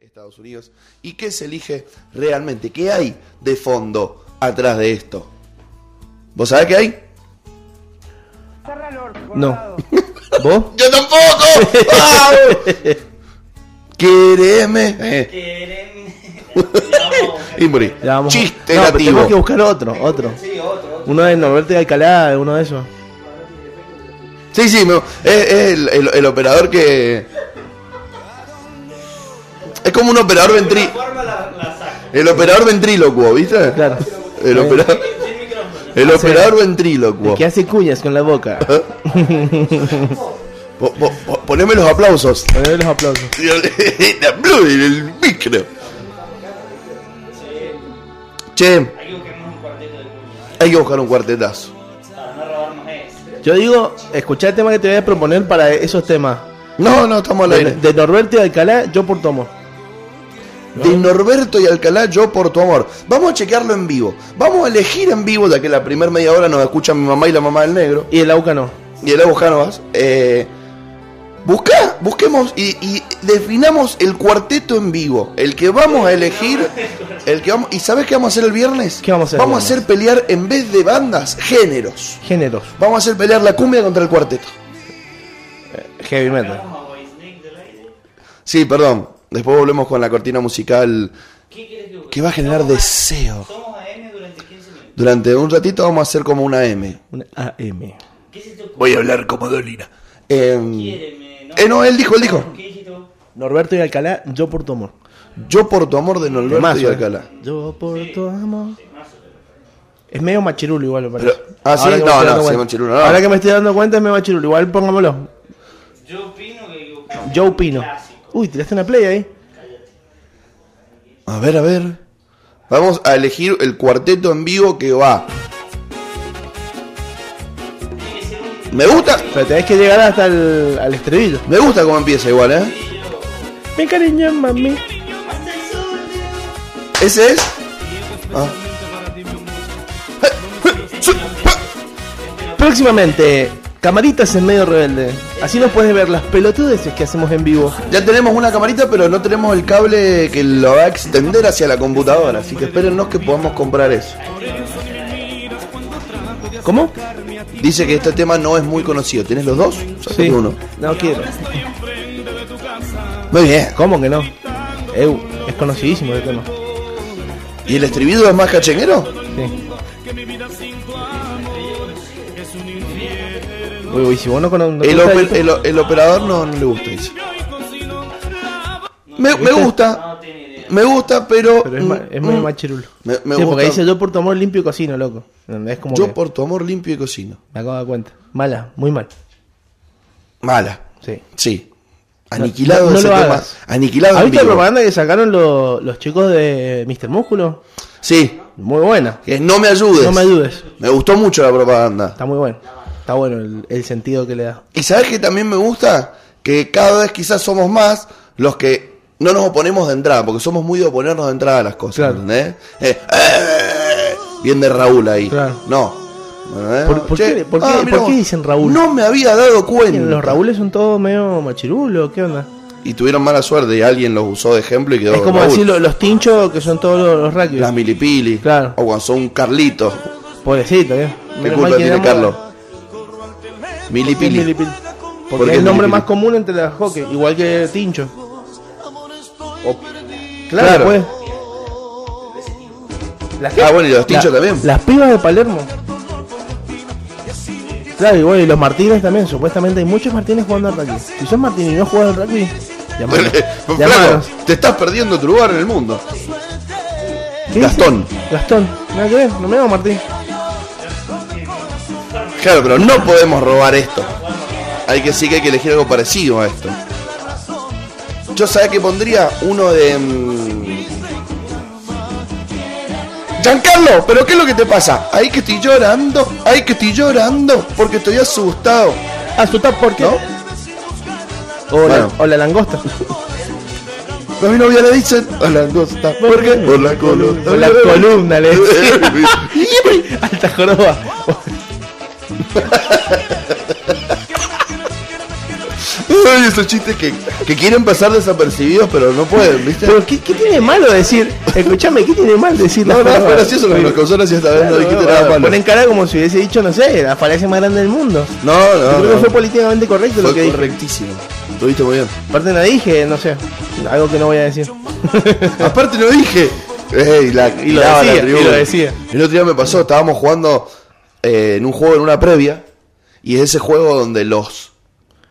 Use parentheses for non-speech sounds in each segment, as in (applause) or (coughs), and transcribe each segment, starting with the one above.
Estados Unidos y qué se elige realmente, qué hay de fondo atrás de esto. ¿Vos sabés qué hay? No. (laughs) ¿Vos? ¡Yo (laughs) tampoco! ¡Ah! Quereme. Eh, Quieren. (laughs) y morí. Ya vamos. Chiste No, pero nativo. Tenemos que buscar otro, otro. Sí, otro. Uno de Norberto de Alcalá, uno de esos. Sí, sí, me- es, es el, el- el operador que. Es como un operador ventrí. forma la, la saco. El operador ventrílocuo, ¿viste? (laughs) Claro. El operador, Sin micrófono. el operador ventrílocuo. Que hace cuñas con la boca. Po- po- po- Poneme los aplausos. Ponerle los aplausos. La blue, el micro. Che, Hay que busquemos un cuartito de cuña, ¿eh? hay que buscar un cuartetazo. Para no robarnos eso. Yo digo, escuchá el tema que te voy a proponer para esos temas. No, no, estamos al De, aire. de Norberto de Alcalá, yo por tomo. De Norberto y Alcalá, yo por tu amor. Vamos a chequearlo en vivo. Vamos a elegir en vivo, ya que la primera media hora nos escucha mi mamá y la mamá del negro. Y el Auca no. y el Abojanovas, eh, busca, busquemos y, y definamos el cuarteto en vivo, el que vamos a elegir, el que vamos, ¿y sabes qué vamos a hacer el viernes? ¿Qué vamos a hacer el Vamos a hacer viernes? pelear en vez de bandas, géneros. Géneros. Vamos a hacer pelear la cumbia contra el cuarteto. Heavy metal. Vamos a Boisnik del aire. Sí, perdón. Después volvemos con la cortina musical ¿Qué quieres que busque? que va a generar deseo. Somos AM durante 15 minutos. Durante un ratito vamos a hacer como una M. Una AM. ¿Qué se te ocurre? Voy a hablar como Dolina. Eh, Quiéreme, ¿no? eh, no, él dijo, él dijo. ¿Qué dijiste vos? Norberto y Alcalá, yo por tu amor. Yo por tu amor de Norberto Temazo, y eh. Alcalá. Yo por tu amor. Es medio machirulo igual, me Pero- parece. ah, sí, Ahora que me no, estoy no, dando sí, cuenta. machirulo, no. Ahora que me estoy dando cuenta es medio machirulo. Igual pongámoslo. Yo opino que buscamos Yo un opino. clásico. Uy, tiraste una play ahí. A ver, a ver. Vamos a elegir el cuarteto en vivo que va. Tiene que ser un Me gusta, Pero tenés que llegar hasta el al estribillo. me gusta cómo empieza igual, ¿eh? brillo. Mi cariño, mami. Hasta el sol de Ese es. Ah. Próximamente, camaritas en medio rebelde. Así nos puedes ver las pelotudeces que hacemos en vivo. Ya tenemos una camarita, pero no tenemos el cable que lo va a extender hacia la computadora. Así que espérennos que podamos comprar eso. ¿Cómo? Dice que este tema no es muy conocido. ¿Tienes los dos? Yo tengo uno. No quiero. Muy bien. ¿Cómo que no? Eu, es conocidísimo el tema. ¿Y el estribillo es más cachenguero? Sí. Uy, uy, si vos no cono- no El, te gusta oper- esto- el, el operador no, no le gusta, dice. Me, me gusta, No tiene idea. me gusta, pero. mm, Pero es, ma- es medio machirulo. Me- me sí, porque gusta. dice yo por tu amor limpio y cocino, loco. Es como Yo que por tu amor limpio y cocino. me acabo de dar cuenta. Mala, muy mal. Mala. Sí. Sí. Aniquilado no ese lo tema. hagas. Aniquilado ¿Has en visto la vivo. propaganda que sacaron lo- los chicos de Mr. Músculo? Sí. Muy buena. Que no me ayudes. No me ayudes. Me gustó mucho la propaganda. Está muy bueno. Está bueno el, el sentido que le da. Y sabes que también me gusta que cada vez quizás somos más los que no nos oponemos de entrada, porque somos muy de oponernos de entrada a las cosas, Claro. ¿entendés? Eh, eh, bien de Raúl ahí. Claro. No. ¿Eh? ¿Por- por Che, qué- por qué- por mirá qué vos. dicen Raúl? No me había dado cuenta. Los Raúles son todos medio machirulos, ¿qué onda? Y tuvieron mala suerte y alguien los usó de ejemplo y quedó es como Raúl. decir lo- los tinchos que son todos los, los raquios. Las milipili. Claro. O cuando son un Carlito. Pobrecito, ¿eh? ¿Qué Menos culpa mal que tiene éramos- Carlos? Sí, Milipili. Milipili. Porque ¿Por qué es el nombre Milipili? más común entre las hockey, igual que tincho. O- Claro, Claro. pues. Las Ah, bueno, y los tinchos también. Las pibas de Palermo. Claro, y bueno, y los Martínez también, supuestamente hay muchos Martínez jugando al rugby. Si sos Martínez y no juegas al rugby, (laughs) llamanos. Flaco, Llamanos. te estás perdiendo tu lugar en el mundo. ¿Qué Gastón. dice? Gastón, nada que ver, no me llamo Martín. Claro, pero no podemos robar esto. Hay que sí que hay que elegir algo parecido a esto. Yo sabía que pondría uno de. mm, Giancarlo, ¿pero qué es lo que te pasa? Ay, que estoy llorando, ay, que estoy llorando, porque estoy asustado, Asustad Ah, por qué. ¿no? O, Bueno. la, o la langosta. A mi novia le dicen, a la costa, ¿por qué? Por la columna. O la columna, (laughs) le decía. (laughs) Alta joroba. Ay, esos chistes que, que quieren pasar desapercibidos, pero (laughs) no pueden, ¿viste? Pero ¿qué, qué tiene de malo decir? Escúchame, ¿qué tiene de malo decir? No, las no, fue palabras? gracioso lo que nos causó gracia esta vez, no dijiste nada malo. Ponen cara como si hubiese dicho, no sé, la falacia más grande del mundo. No, Yo no, creo que no. fue políticamente correcto lo que Fue dije. correctísimo. Estuviste muy bien. Aparte no dije, no sé, algo que no voy a decir. Aparte lo dije. Ey, la, Y lo la- la decía, tribuna. y lo decía. El otro día me pasó, estábamos jugando eh, en un juego, en una previa, y es ese juego donde los...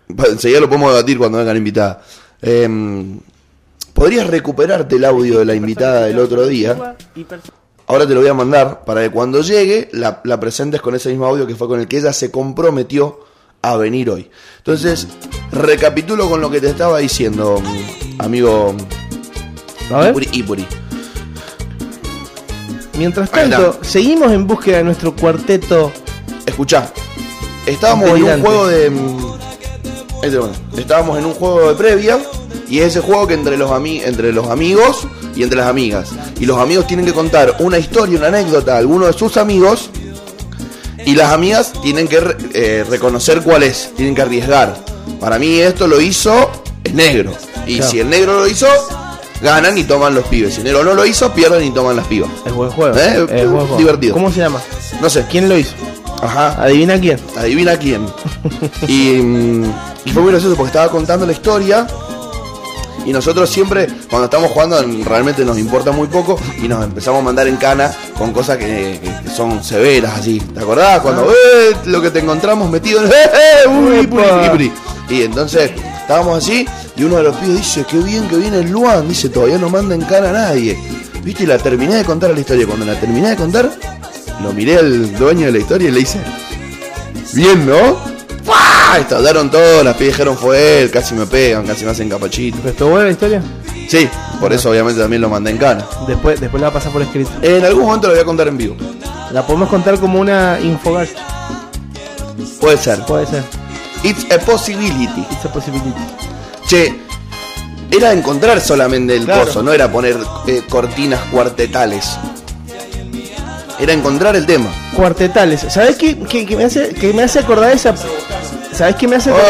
Enseguida lo podemos debatir cuando vengan invitadas. Em, ¿Podrías recuperarte el audio de la invitada del otro día? Ahora te lo voy a mandar para que cuando llegue la, la presentes con ese mismo audio que fue con el que ella se comprometió a venir hoy. Entonces, recapitulo con lo que te estaba diciendo, amigo A ver. Ipuri, Ipuri. Mientras Ahí está. tanto, seguimos en búsqueda de nuestro cuarteto. Escuchá, estábamos en un Delirante. juego de. mm, ahí te mando. Estábamos en un juego de previa. Y es ese juego que entre los, ami- entre los amigos y entre las amigas. Y los amigos tienen que contar una historia, una anécdota a alguno de sus amigos. Y las amigas tienen que re- eh, reconocer cuál es. Tienen que arriesgar. Para mí esto lo hizo el negro. Y Claro. si el negro lo hizo, ganan y toman los pibes. Si el negro no lo hizo, pierden y toman las pibas. El buen juego. Eh, el buen juego. divertido. ¿Cómo se llama? No sé. ¿Quién lo hizo? Ajá. Adivina quién. Adivina quién. Y, mm, y fue muy gracioso porque estaba contando la historia. Y nosotros siempre, cuando estamos jugando, en- realmente nos importa muy poco. Y nos empezamos a mandar en cana con cosas que, que- que son severas, así. ¿Te acordás? Cuando "Eh, lo que te encontramos metido en. (laughs) ¡Eh, eh! uy, Epa. puri, puri". Y entonces estábamos así. Y uno de los pibes dice: Qué bien que viene el Luan. Dice: Todavía no manda en cana a nadie. ¿Viste? Y la terminé de contar la historia. Cuando la terminé de contar, lo miré al dueño de la historia y le hice. Bien, ¿no? ¡Fua! Estaldaron todos, las pibes dijeron fue él, casi me pegan, casi me hacen capachito. ¿Pero estuvo buena la historia? Sí, por eso obviamente también lo mandé en cana. Después, después la va a pasar por escrito. En algún momento lo voy a contar en vivo. La podemos contar como una infogart. Puede ser. Puede ser. It's a possibility. It's a possibility. Che, era encontrar solamente el Claro. coso, no era poner eh, cortinas cuartetales. Era encontrar el (laughs) tema. Cuartetales. ¿Sabes qué, qué- qué me hace, qué me hace acordar esa... ¿Sabes qué me hace acordar?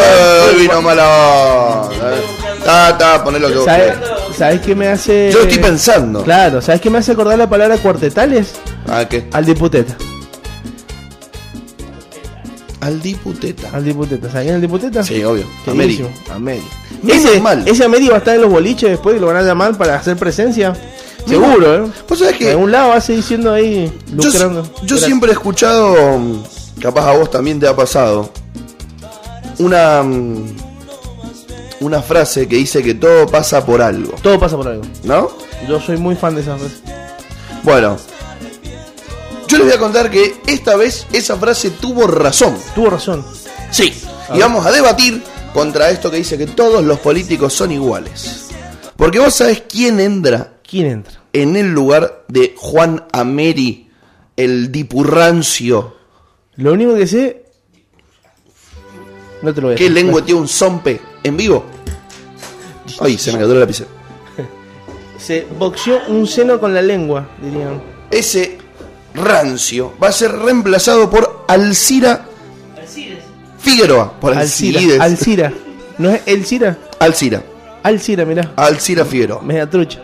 ¡Ay, vino mala onda! eh. Ta, ta, poné lo que vos ¿Sabes, quieras. sabes qué me hace...? Oh, Yo estoy pensando. Claro, ¿sabes qué me hace acordar la palabra cuartetales? ¿A qué? Al diputeta. Al diputeta. Al diputeta. ¿Sabían el diputeta? Sí, obvio. América. Queridísimo. Ameri. No es Ese, normal. ese Ameri va a estar en los boliches después y lo van a llamar para hacer presencia. Seguro, ¿eh? Vos sabés En que algún lado va a seguir siendo ahí yo, lucrando. yo Gra- siempre he escuchado, mm, capaz a vos también te ha pasado, una, mm, una frase que dice que todo pasa por algo, Todo pasa por algo. ¿no? Yo soy muy fan de esas veces. Bueno, yo les voy a contar que esta vez esa frase tuvo razón. Tuvo razón. Sí. Y vamos a debatir contra esto que dice que todos los políticos son iguales. Porque vos sabés quién entra ¿Quién entra? en el lugar de Juan Ameri, el dipurrancio. Lo único que sé. No te lo voy a ¿Qué lengua tiene un zompe en vivo? Ay, se me quedó la lápiz. Se boxeó un seno con la lengua, dirían. Ese rancio va a ser reemplazado por Alcira Así es. Figueroa. Por Alcides. Alcira. Alcira. ¿No es Elcira? Alcira. Alcira, mirá. Alcira Figueroa. Media trucha.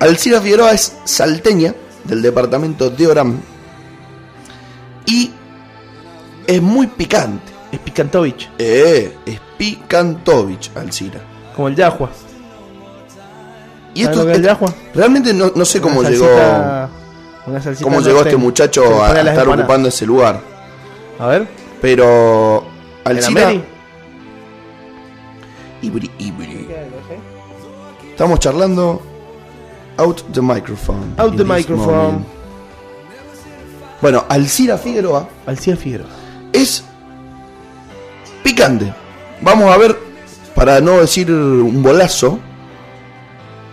Alcira Figueroa es salteña del departamento de Orán. Y es muy picante. Es Picantovich. Eh, es Picantovich, Alcira. Como el Yahua. Y ¿Sabes lo esto que es el Yahua? realmente no, no sé cómo Una llegó. salsita- una salsita cómo llegó este norteña. Se le muchacho a, pone a estar las empanadas. ocupando ese lugar. A ver. Pero ¿El Alcina Ameri? Ibri, Ibri. Estamos charlando out the microphone. Out in the this microphone. moment. Bueno, Alcira Figueroa Alcira Figueroa. es picante. Vamos a ver, para no decir un bolazo,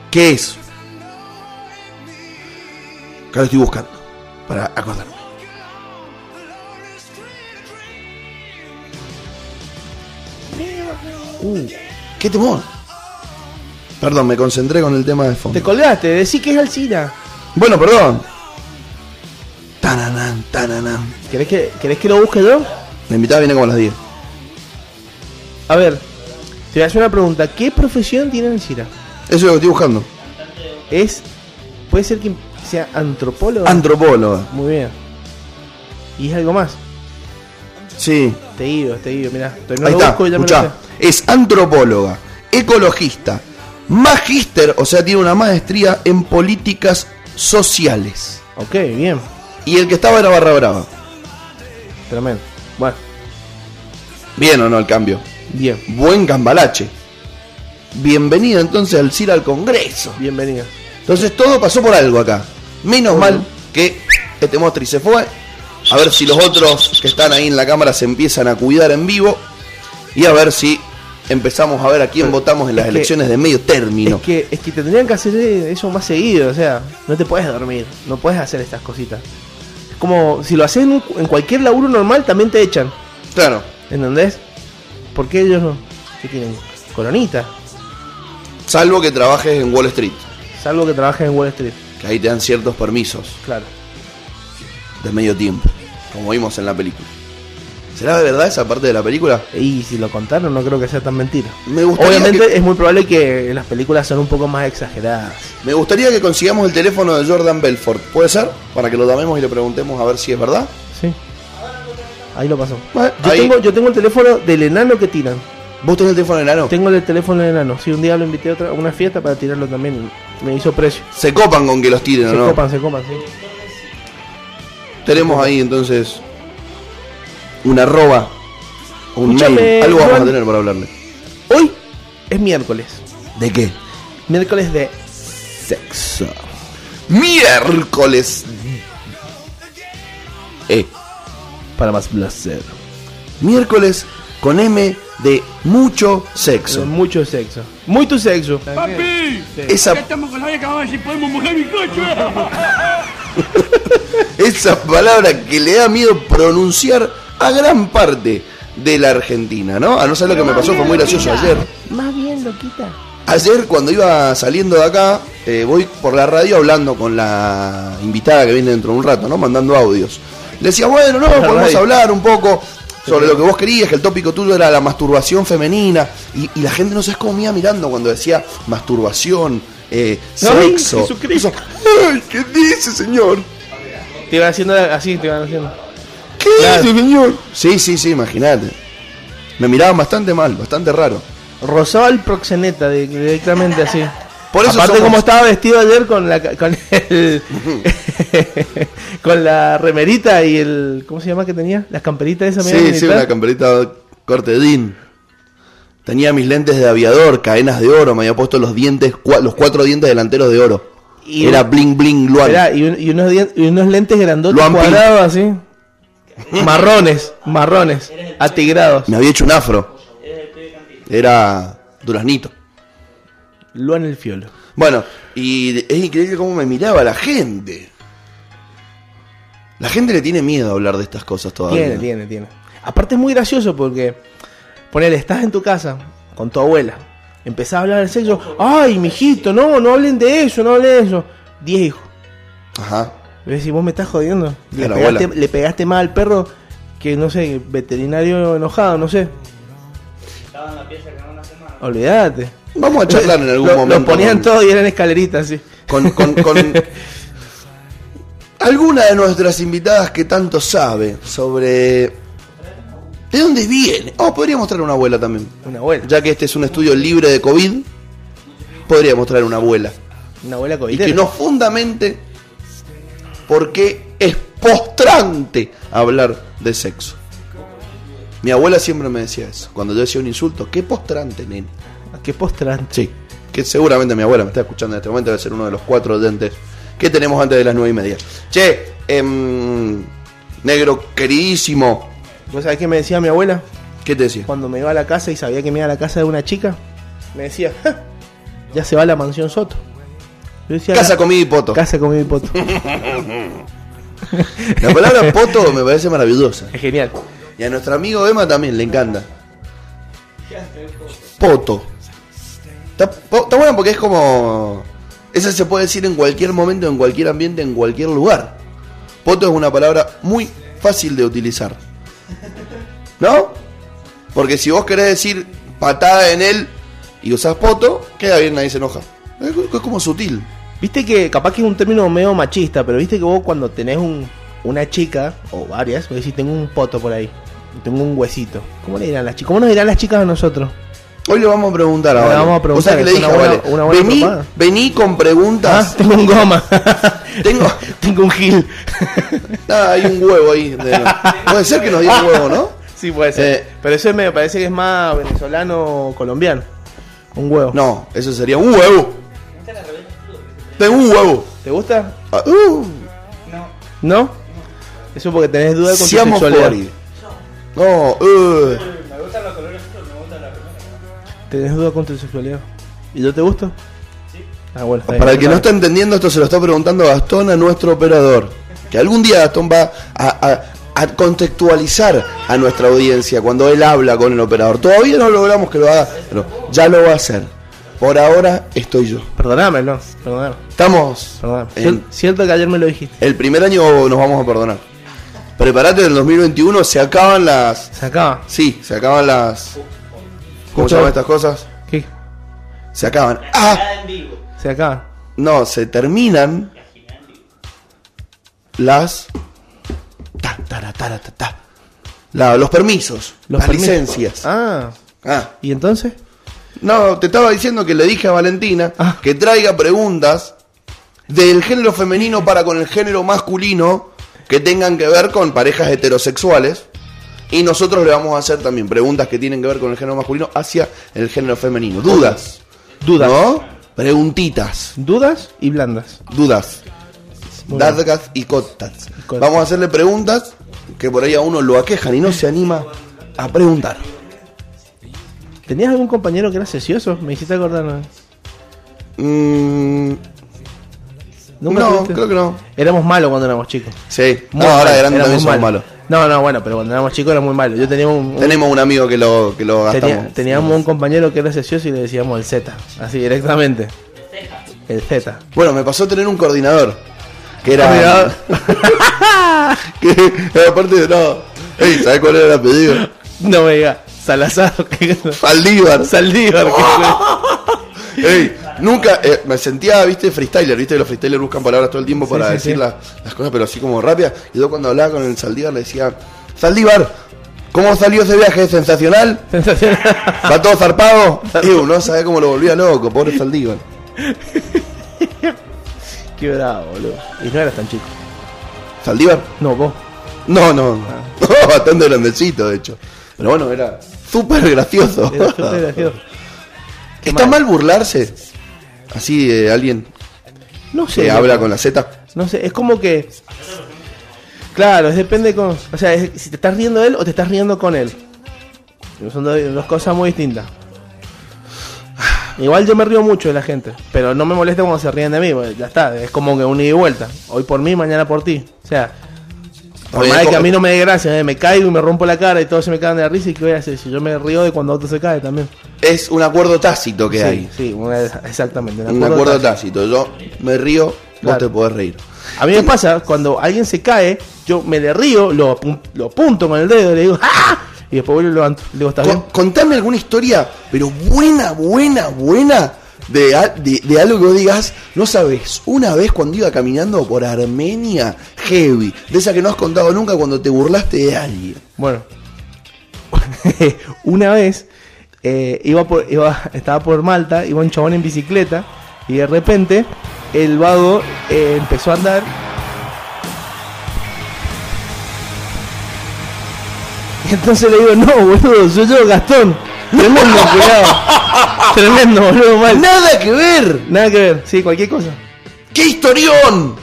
¿qué es? Acá lo estoy buscando, para acordarme. Uh, qué temor. Perdón, me concentré con el tema de fondo. Te colgaste, decí que es Alcina. Bueno, perdón. Tananán, tananán. ¿Querés que, ¿Querés que lo busque yo? La invitada viene como a las 10. A ver, Te voy a hacer una pregunta. ¿Qué profesión tiene el Cira? Eso es lo que estoy buscando. Es. Puede ser que sea antropólogo. Antropóloga. Muy bien. Y es algo más. Sí. Te digo, te digo, mirá. Te- No Ahí lo está. busco y ya me lo escuchá. sé. Es antropóloga, ecologista, magíster, o sea, tiene una maestría en políticas sociales. Ok, bien. Y el que estaba era Barra Brava. Tremendo. Bueno, Bien o no el cambio. bien. Buen cambalache. Bienvenido entonces al CIR al Congreso. Bienvenido. Entonces todo pasó por algo acá. Menos mal que este monstruo se fue. A ver si los otros que están ahí en la cámara se empiezan a cuidar en vivo. Y a ver si empezamos a ver a quién votamos en las es que- elecciones de medio término. Es que, es que te tendrían que hacer eso más seguido, o sea, no te puedes dormir, no puedes hacer estas cositas. Es como si lo haces en, un- en cualquier laburo normal, también te echan, Claro. ¿entendés? ¿Por qué ellos no? ¿Qué tienen? Coronita, Salvo que trabajes en Wall Street. salvo que trabajes en Wall Street, Que ahí te dan ciertos permisos claro. de medio tiempo. Como vimos en la película. ¿Será de verdad esa parte de la película? Y si lo contaron, no creo que sea tan mentira. Me gustaría Obviamente que- es muy probable que las películas son un poco más exageradas. Me gustaría que consigamos el teléfono de Jordan Belfort. ¿Puede ser? Para que lo llamemos y le preguntemos a ver si es verdad. Sí. Ahí lo pasó. Bueno, Yo, ahí- tengo, yo tengo el teléfono del enano que tiran. ¿Vos tenés el teléfono enano? Tengo el teléfono del enano. Sí, un día lo invité a, otra- a una fiesta para tirarlo también. y Me hizo precio. Se copan con que los tiren, ¿o se ¿no? copan, se copan, sí. Tenemos ahí entonces una arroba, un Escúchame, mail, algo vamos a Juan. tener para hablarle. Hoy es miércoles. ¿De qué? Miércoles de. Sexo. Miércoles. Eh, Para más placer. miércoles con M de mucho sexo. Mucho sexo. Muy tu sexo. ¡Papi! Esa, Ya estamos con la vieja, vamos a ver si podemos mojar mi coche. esa palabra que le da miedo pronunciar a gran parte de la Argentina, ¿no? A no ser lo que me pasó, fue muy gracioso ayer. Más bien, loquita. Ayer cuando iba saliendo de acá, eh, voy por la radio hablando con la invitada que viene dentro de un rato, ¿no? Mandando audios. Le decía, bueno, no, podemos radio. hablar un poco sobre lo que vos querías, que el tópico tuyo era la masturbación femenina. Y, y la gente no sabes cómo me iba mirando cuando decía masturbación, eh, Ay, sexo. Jesucristo. Eso, Ay, ¿qué dice, señor? Te iban haciendo así, te iban haciendo. ¿Qué Claro. dice, señor? Sí, sí, sí, imagínate. Me miraban bastante mal, bastante raro. Rozaba el proxeneta de- directamente así. Por eso Aparte somos- como estaba vestido ayer con la ca- con el (laughs) con la remerita y el ¿cómo se llama que tenía? Las camperitas esas medio Sí, sí, militar. una camperita corte DIN. Tenía mis lentes de aviador, cadenas de oro, me había puesto los dientes, cua- los cuatro dientes delanteros de oro. Y- Era bling bling Luan. Esperá, y, un- y unos dien- y unos lentes grandotes Luan Pin. (laughs) cuadrados así. Marrones, marrones, atigrados. Me había hecho un afro. Era duraznito. Luan el fiolo. Bueno, y es increíble cómo me miraba la gente. La gente le tiene miedo a hablar de estas cosas todavía. Tiene, tiene, tiene. Aparte es muy gracioso porque, ponele, estás en tu casa con tu abuela, empezás a hablar del sexo, ay, mijito, no, no hablen de eso, no hablen de eso. Diez hijos. Ajá. Le decís, vos me estás jodiendo. Le Claro, pegaste, abuela. le pegaste más al perro que, no sé, veterinario enojado, no sé. Estaba en la pieza que no la semana. Olvídate. Vamos a charlar en algún Lo- momento. Los ponían con- todos y eran escaleritas, sí. con, con, con alguna de nuestras invitadas que tanto sabe sobre de dónde viene. Oh, podría mostrar una abuela también. Una abuela. Ya que este es un estudio libre de COVID, podría mostrar una abuela. Una abuela Y covidera. que nos fundamente porque es postrante hablar de sexo. Mi abuela siempre me decía eso. Cuando yo decía un insulto, qué postrante, nene. Ah, Qué postrante. Sí, que seguramente mi abuela me está escuchando en este momento, debe ser uno de los cuatro oyentes que tenemos antes de las nueve y media. Che, em, negro queridísimo, ¿Vos sabés qué me decía mi abuela? ¿qué te decía? Cuando me iba a la casa y sabía que me iba a la casa de una chica, me decía, "Ja, ya se va a la mansión Soto. Yo decía, Casa, "La- comida y poto. Casa con mi poto. La palabra poto me parece maravillosa. (laughs) es genial. Y a nuestro amigo Emma también le encanta. Poto. Está, po- está bueno porque es como... Esa se puede decir en cualquier momento, en cualquier ambiente, en cualquier lugar. Poto es una palabra muy fácil de utilizar. ¿No? Porque si vos querés decir patada en él y usás poto, queda bien, nadie se enoja. Es, es como sutil. Viste que capaz que es un término medio machista, pero viste que vos cuando tenés un, una chica o varias, vos decís, tengo un poto por ahí, tengo un huesito. ¿Cómo le dirán las chicas? ¿Cómo nos dirán las chicas a nosotros? Hoy le vamos a preguntar a Le Vale. vamos a preguntar, O sea que le es dije una a buena- Vale, una buena vení, propuesta. vení con Ah, preguntas. tengo un (laughs) goma. Ah. Tengo. tengo un gil. Nada, Ah, hay un huevo ahí. de- Puede ser que nos diga un huevo, ¿no? (laughs) sí, puede ser. Eh. pero eso me parece que es más venezolano o colombiano. Un huevo. No, eso sería un huevo. Tengo un huevo. ¿Te gusta? Ah, uh, No, ¿No? Eso porque tenés duda con tu Siamo sexualidad. fuori. No, uh, me gustan los colores oscuros, me gusta la remera. Tenés duda con tu sexualidad. ¿Y yo te gusto? Sí. Ah, bueno, está bien. Para el que no está entendiendo, esto se lo está preguntando Gastón a nuestro operador. Que algún día Gastón va a, a- a contextualizar a nuestra audiencia cuando él habla con el operador. Todavía no logramos que lo haga, pero ya lo va a hacer. Por ahora estoy yo. Perdóname, no. Perdóname. Estamos. perdóname. en- Cierto que ayer me lo dijiste. el primer año nos vamos a perdonar. Prepárate del 2021, se acaban las. Se acaba. Sí, se acaban las. ¿Cómo se llaman estas cosas? ¿Qué? Se acaban. ¡Ah! en vivo. Se acaba. No, se terminan las ta, tara, tara, ta, ta. La- los permisos, Los las permisos. licencias. Ah. Ah, ¿y entonces? No, te estaba diciendo que le dije a Valentina Ah. que traiga preguntas del género femenino para con el género masculino que tengan que ver con parejas heterosexuales. Y nosotros le vamos a hacer también preguntas que tienen que ver con el género masculino hacia el género femenino. Dudas. Dudas. ¿No? Preguntitas. Dudas y blandas. dudas, Muy dadgas y cotas. cotas. Vamos a hacerle preguntas que por ahí a uno lo aquejan y no se anima a preguntar. ¿Tenías algún compañero que era sesioso? Me hiciste acordar. ¿no? Mm, ¿Nunca No, tuviste? creo que no. Éramos malos cuando éramos chicos. sí, no, Muy ahora malos, de grande también éramos somos malos. No, no, bueno, pero cuando éramos chicos era muy malo. Yo tenía un, un- Tenemos un amigo que lo, que lo tenía- gastamos. teníamos un compañero que era sesioso y le decíamos el Z, así directamente. El Z. Bueno, me pasó tener un coordinador. Que era. Coordinador. (laughs) que eh, aparte no. Ey, ¿sabes cuál era el apellido? No me diga, Salazar, (laughs) que- Saldívar. (laughs) Saldívar. (laughs) que- Ey, nunca eh, me sentía, viste, freestyler, viste que los freestylers buscan palabras todo el tiempo Sí, para sí, decir sí. Las, las cosas, pero así como rápidas. Y yo cuando hablaba con el Saldívar le decía, Saldívar, ¿cómo salió ese viaje? ¿Sensacional? Sensacional. ¿Va todo zarpado? Y uno sabe cómo lo volvía loco, pobre Saldívar. Qué bravo, boludo. Y no eras tan chico. ¿Saldívar? No, vos. No, no, Ah. no, (laughs) bastante grandecito, de hecho. Pero bueno, era súper gracioso. Eras (laughs) súper gracioso. Qué ¿Está mal. mal burlarse? Así de alguien No sé. que habla loco. con la Z. No sé, es como que. Claro, es depende con. O sea, es si te estás riendo de él o te estás riendo con él. Son dos, dos cosas muy distintas. Igual yo me río mucho de la gente, pero no me molesta cuando se ríen de mí, porque ya está, es como que un ida y vuelta. Hoy por mí, mañana por ti. O sea, por Oye, más de que co- a mí no me dé gracia, eh, me caigo y me rompo la cara y todos se me caen de la risa. ¿Y qué voy a hacer? Si yo me río de cuando otro se cae también. Es un acuerdo tácito que sí, hay. sí, una- exactamente. Un acuerdo tácito. Yo me río, vos Claro. te podés reír. A mí me pasa, cuando alguien se cae, yo me le río, lo, apu- lo apunto con el dedo, le digo ¡Ah! Y después vuelvo y lo levanto. Le digo, ¿estás Co- bien? contame alguna historia, pero buena, buena, buena, de, a- de- de algo que vos digas, no sabes, una vez cuando iba caminando por Armenia, heavy, de esa que no has contado nunca cuando te burlaste de alguien. Bueno. (laughs) Una vez, eh, iba por, iba, estaba por Malta, iba un chabón en bicicleta, y de repente, el vago eh, empezó a andar. Y entonces le digo, no, boludo, soy yo, Gastón. Tremendo, cuidado. Tremendo, boludo, mal. ¡Nada que ver! Nada que ver, sí, cualquier cosa. Ah, ¡Qué historión!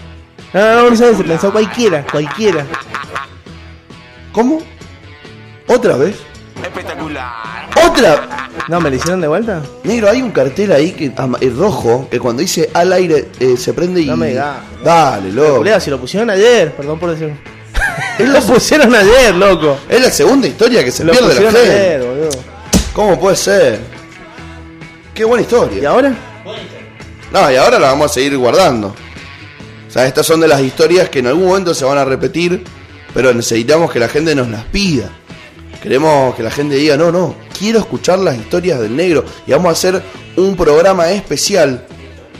No, no, no, no sabes, se pensó cualquiera, cualquiera. ¿Cómo? ¿Otra vez? ¡Espectacular! ¡Otra! No, ¿me lo hicieron de vuelta? Negro, hay un cartel ahí que ama- es rojo, que cuando dice al aire eh, se prende y. No me digas. Dale, loco. Culeado, si lo pusieron ayer, perdón (laughs) por decirlo. lo pusieron ayer, loco. Es la segunda historia que se Lo pierde la pusieron gente. ayer, boludo. ¿Cómo puede ser? Qué buena ¿Y historia. ahora? No, y ahora la vamos a seguir guardando. O sea, estas son de las historias que en algún momento se van a repetir, pero necesitamos que la gente nos las pida. Queremos que la gente diga, no, no, quiero escuchar las historias del negro. Y vamos a hacer un programa especial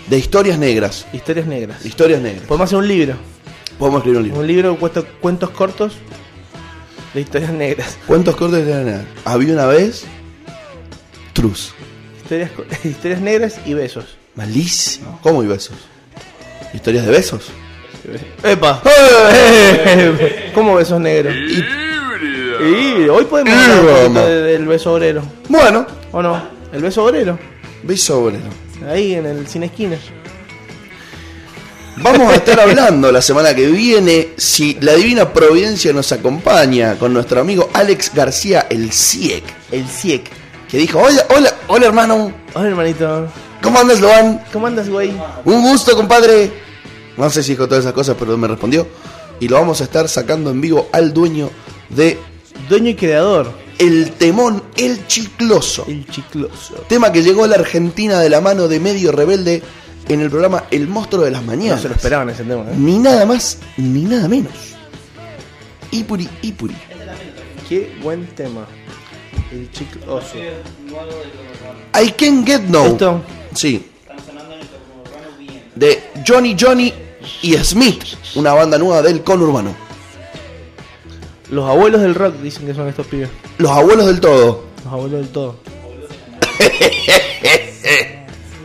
de historias negras. Historias negras. Historias negras. Podemos hacer un libro. Podemos escribir un libro. Un libro que cuesta cuentos cortos de historias negras. ¿Cuántos cortes de la nada? Había una vez. Truz. Historias, co- (laughs) historias negras y besos. Malísimo. ¿Cómo y besos? ¿Historias de besos? ¡Epa! (laughs) ¿Cómo besos negros? Y hoy podemos hablar un poquito Vamos. de- del beso obrero. Bueno, ¿O no? El beso obrero. beso obrero. Ahí en el cine esquina. Vamos a estar hablando la semana que viene, si la divina providencia nos acompaña, con nuestro amigo Alex García, el CIEC, El CIEC. que dijo, hola, hola, hola hermano, Hola hermanito. ¿cómo andas, Loan? ¿Cómo andas, güey? Un gusto, compadre. No sé si dijo todas esas cosas, pero me respondió. Y lo vamos a estar sacando en vivo al dueño de Dueño y creador. El Temón, El Chicloso. El chicloso. Tema que llegó a la Argentina de la mano de Medio Rebelde en el programa El Monstruo de las No Mañanas. se lo esperaban ese tema. ¿eh? Ni nada más, ni nada menos. Ipuri, Ipuri. Qué buen tema. El chicloso. I Can Get No. Esto. Sí. De Johnny Johnny y Smith, una banda nueva del conurbano. Los abuelos del rock dicen que son estos pibes. Los abuelos del todo. Los abuelos del todo.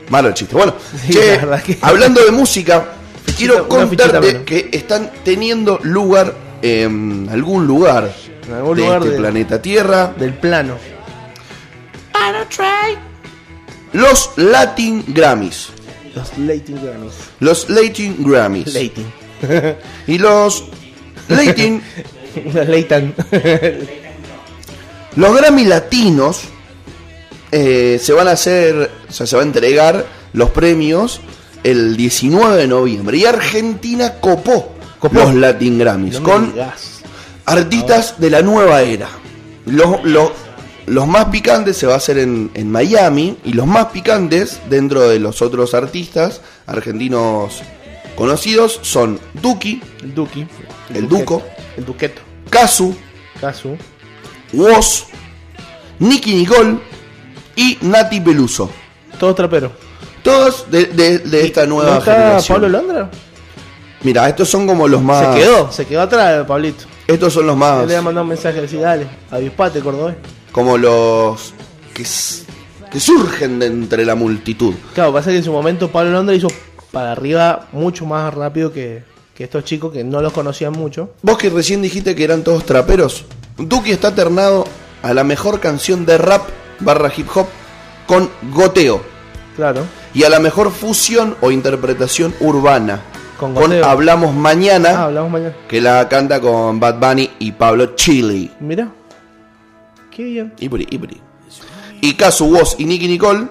Malo el chiste. Bueno, (laughs) Sí, che, la verdad que- hablando de música, Fichita- quiero (laughs) una fichita contarte menos. que están teniendo lugar en algún lugar En algún de lugar este de- planeta Tierra. Del plano. Los Latin Grammys. Los Latin Grammys. Los Latin Grammys. Latin. Y los Latin, (laughs) Los Leitan. los Grammy latinos eh, se van a hacer, o sea, se va a entregar los premios el 19 de noviembre. Y Argentina copó, los Latin Grammys No me con digas. artistas de la nueva era. Los, los, los más picantes se va a hacer en, en Miami y los más picantes dentro de los otros artistas argentinos conocidos son Duki, El Duki. El Duqueto. Duco. El Duqueto. Kazu, Casu. Woz, Nicky Nicole y Nati Peluso. Todo trapero. Todos de, de- de esta nueva ¿No está generación. Pablo Londra? Mira, estos son como los más. Se quedó, se quedó atrás, Pablito. Estos son los Yo más. le voy a mandar un mensaje, decir, dale, avispate, cordobés. Como los que, s- que surgen de entre la multitud. Claro, pasa que en su momento Pablo Londra hizo para arriba mucho más rápido que, que estos chicos que no los conocían mucho. Vos que recién dijiste que eran todos traperos, Duki está ternado a la mejor canción de rap barra hip hop con Goteo Claro. y a la mejor fusión o interpretación urbana Con con, Goteo. Hablamos Ah, Mañana, hablamos mañana. que la canta con Bad Bunny y Pablo Chili. Mira. Qué bien. Ibri, Ibri. Y Casu Woz y Nicky Nicole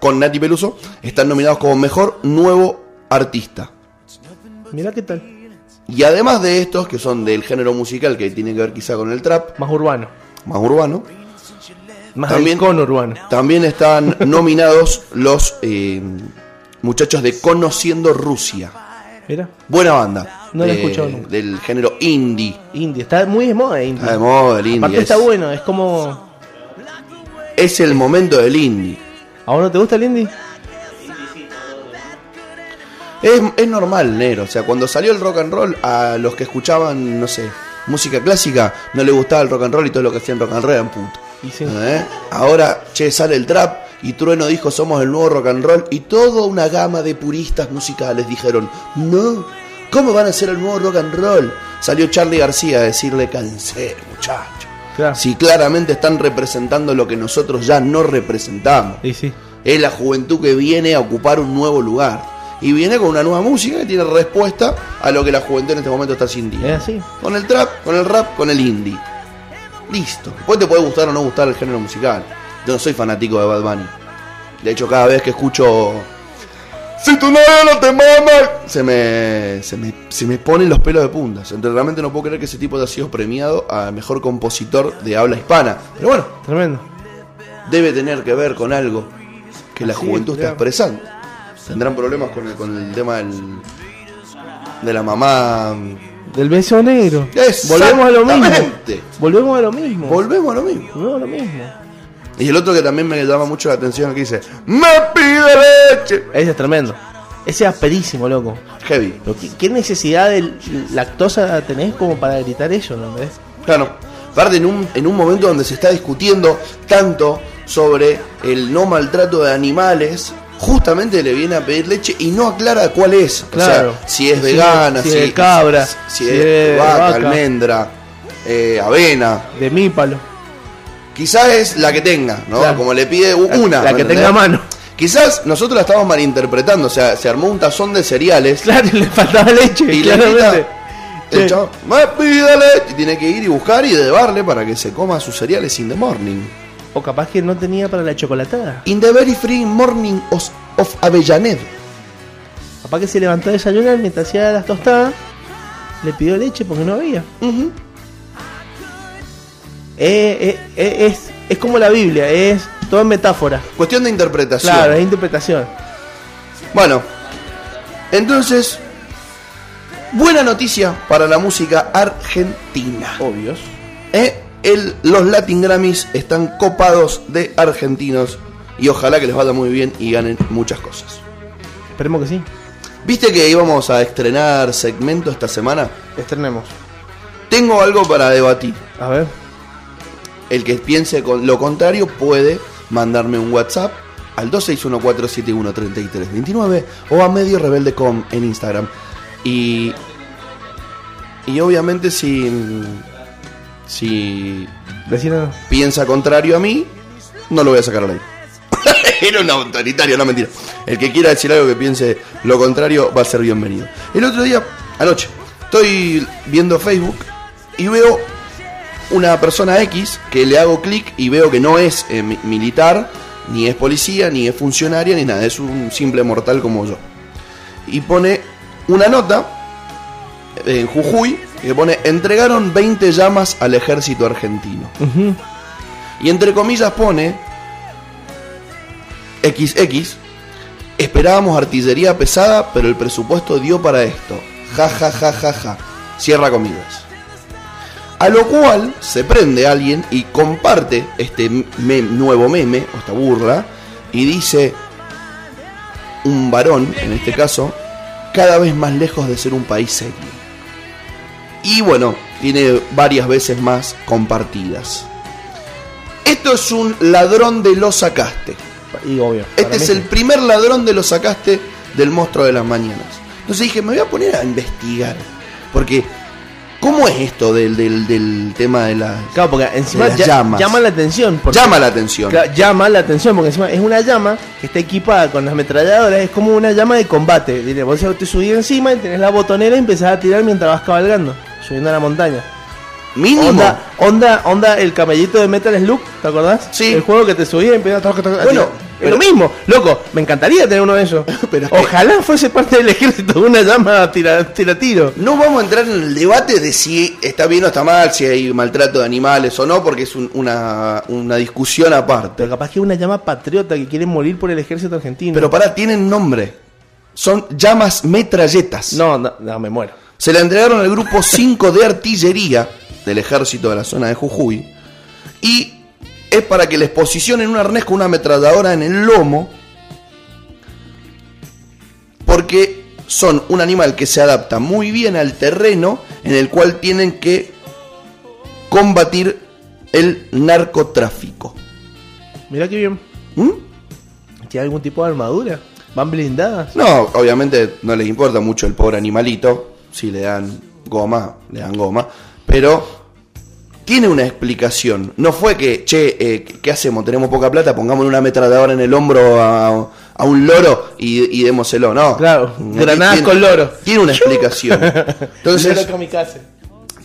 con Nati Peluso están nominados como mejor nuevo artista. Mira qué tal. Y además de estos, que son del género musical que tiene que ver quizá con el trap, Más urbano. más urbano, Más También- con urbano. También están (laughs) nominados los eh, muchachos de Conociendo Rusia. Mira. Buena banda. No la he De- escuchado nunca. Del género indie. India. Está muy de moda India. Está de moda el Ah, indie. Aparte Es, está bueno, es como... es el momento del indie. ¿A vos no te gusta el indie? Es, es normal, negro. O sea, cuando salió el rock and roll, a los que escuchaban, no sé, música clásica, no le gustaba el rock and roll y todo lo que hacían rock and roll eran puto. Y sí. ¿Eh? Ahora, che, sale el trap y Trueno dijo somos el nuevo rock and roll y toda una gama de puristas musicales dijeron, no, ¿cómo van a ser el nuevo rock and roll? Salió Charlie García a decirle, cansé, muchacho. Claro. Si claramente están representando lo que nosotros ya no representamos. Y sí. Es la juventud que viene a ocupar un nuevo lugar. Y viene con una nueva música que tiene respuesta a lo que la juventud en este momento está sintiendo. Es así. Con el trap, con el rap, con el indie. Listo. Después te puede gustar o no gustar el género musical. Yo no soy fanático de Bad Bunny. De hecho, cada vez que escucho. Si tu novio no te mama. Se me, se me. se me ponen los pelos de punta. O sea, Realmente no puedo creer que ese tipo haya sido premiado a mejor compositor de habla hispana. Pero bueno, Tremendo. debe tener que ver con algo que la Así juventud es, está claro. expresando. Tendrán problemas con el, con el tema del, de la mamá del beso negro. Volvemos a lo mismo. Exactamente. Volvemos a lo mismo. Volvemos a lo mismo. Volvemos a lo mismo. Y el otro que también me llama mucho la atención que dice, me pide leche. Ese es tremendo. Ese es asperísimo, loco. Heavy. Pero ¿qué, qué necesidad de lactosa tenés como para gritar eso, no entendés? Claro. Aparte, en un, en un momento donde se está discutiendo tanto sobre el no maltrato de animales, justamente le viene a pedir leche y no aclara cuál es. O sea, Claro. si es Si- vegana, si es de cabra, si, si es de vaca, almendra, eh, avena. De mi palo. Quizás es la que tenga, ¿no? Claro. Como le pide u- La- una. La, ¿me que entendés? tenga a mano. (laughs) Quizás nosotros la estamos malinterpretando, o sea, se armó un tazón de cereales Claro, le faltaba leche, Y le claramente. El Sí. chabón, me pídale. Y tiene que ir y buscar y llevarle para que se coma sus cereales in the morning. O capaz que no tenía para la chocolatada. In the very free morning of, of Avellaned. Capaz que se levantó a desayunar mientras hacía las tostadas. Le pidió leche porque no había. Ujú. Eh, eh, eh, es, es como la Biblia, es todo en metáfora. Cuestión de interpretación. Claro, ¿eh? es interpretación. Bueno, entonces, buena noticia para la música argentina. Obvios. ¿Eh? El- los Latin Grammys están copados de argentinos y ojalá que les vaya muy bien y ganen muchas cosas. Esperemos que sí. ¿Viste que íbamos a estrenar segmento esta semana? Estrenemos. Tengo algo para debatir. A ver. El que piense con lo contrario puede mandarme un WhatsApp al 261-471-3329 o a Medio Rebelde.com en Instagram. Y. Y obviamente si. Si Decídanos. piensa contrario a mí, no lo voy a sacar al aire. (laughs) Era un autoritario, no mentira. El que quiera decir algo que piense lo contrario va a ser bienvenido. El otro día, anoche, estoy viendo Facebook y veo una persona X que le hago clic y veo que no es eh, mi- militar, ni es policía, ni es funcionaria, ni nada. Es un simple mortal como yo. Y pone una nota en Jujuy que pone, entregaron 20 llamas al ejército argentino. Ujú. Y entre comillas pone XX. Esperábamos artillería pesada, pero el presupuesto dio para esto. Ja ja ja ja ja. Cierra comillas. A lo cual se prende alguien y comparte este mem- nuevo meme, o esta burla, y dice un varón, en este caso, cada vez más lejos de ser un país serio. Y bueno, tiene varias veces más compartidas. Esto es un ladrón de lo sacaste. Y obvio. para Este es mí el sí. primer ladrón de lo sacaste del monstruo de las mañanas. Entonces dije, me voy a poner a investigar. Porque, ¿cómo es esto del, del, del tema de la... Claro, porque encima de las ya- llamas. llama la atención. porque- Llama la atención. Claro, llama la atención porque encima es una llama que está equipada con las ametralladoras, es como una llama de combate. Dile, vos te subís encima y tenés la botonera y empezás a tirar mientras vas cabalgando, subiendo a la montaña. Mínimo. Onda, onda, onda, el camellito de Metal Slug, ¿te acordás? Sí. El juego que te subía y empezás a tocar. Bueno, es lo pero- mismo, loco, me encantaría tener uno de (laughs) esos. Pero es que- Ojalá fuese parte del ejército (laughs) una llama tira, tira tiro. No vamos a entrar en el debate de si está bien o está mal, si hay maltrato de animales o no, porque es un- una, una discusión aparte. Pero capaz que es una llama patriota que quiere morir por el ejército argentino. Pero pará, tienen nombre. Son llamas metralletas. no, no, no, me muero. Se la entregaron al grupo 5 de artillería del ejército de la zona de Jujuy. Y es para que les posicionen un arnés con una ametralladora en el lomo. Porque son un animal que se adapta muy bien al terreno en el cual tienen que combatir el narcotráfico. Mirá qué bien. ¿Mm? ¿Tiene algún tipo de armadura? ¿Van blindadas? No, obviamente no les importa mucho el pobre animalito. Si le dan goma, le dan goma. Pero tiene una explicación. No fue que, che, eh, ¿qué hacemos? Tenemos poca plata, pongamos una ametralladora en el hombro a, a un loro y, y démoselo. No. Claro, Tiene- granadas con loro. Tiene una (laughs) explicación. Entonces, mi casa.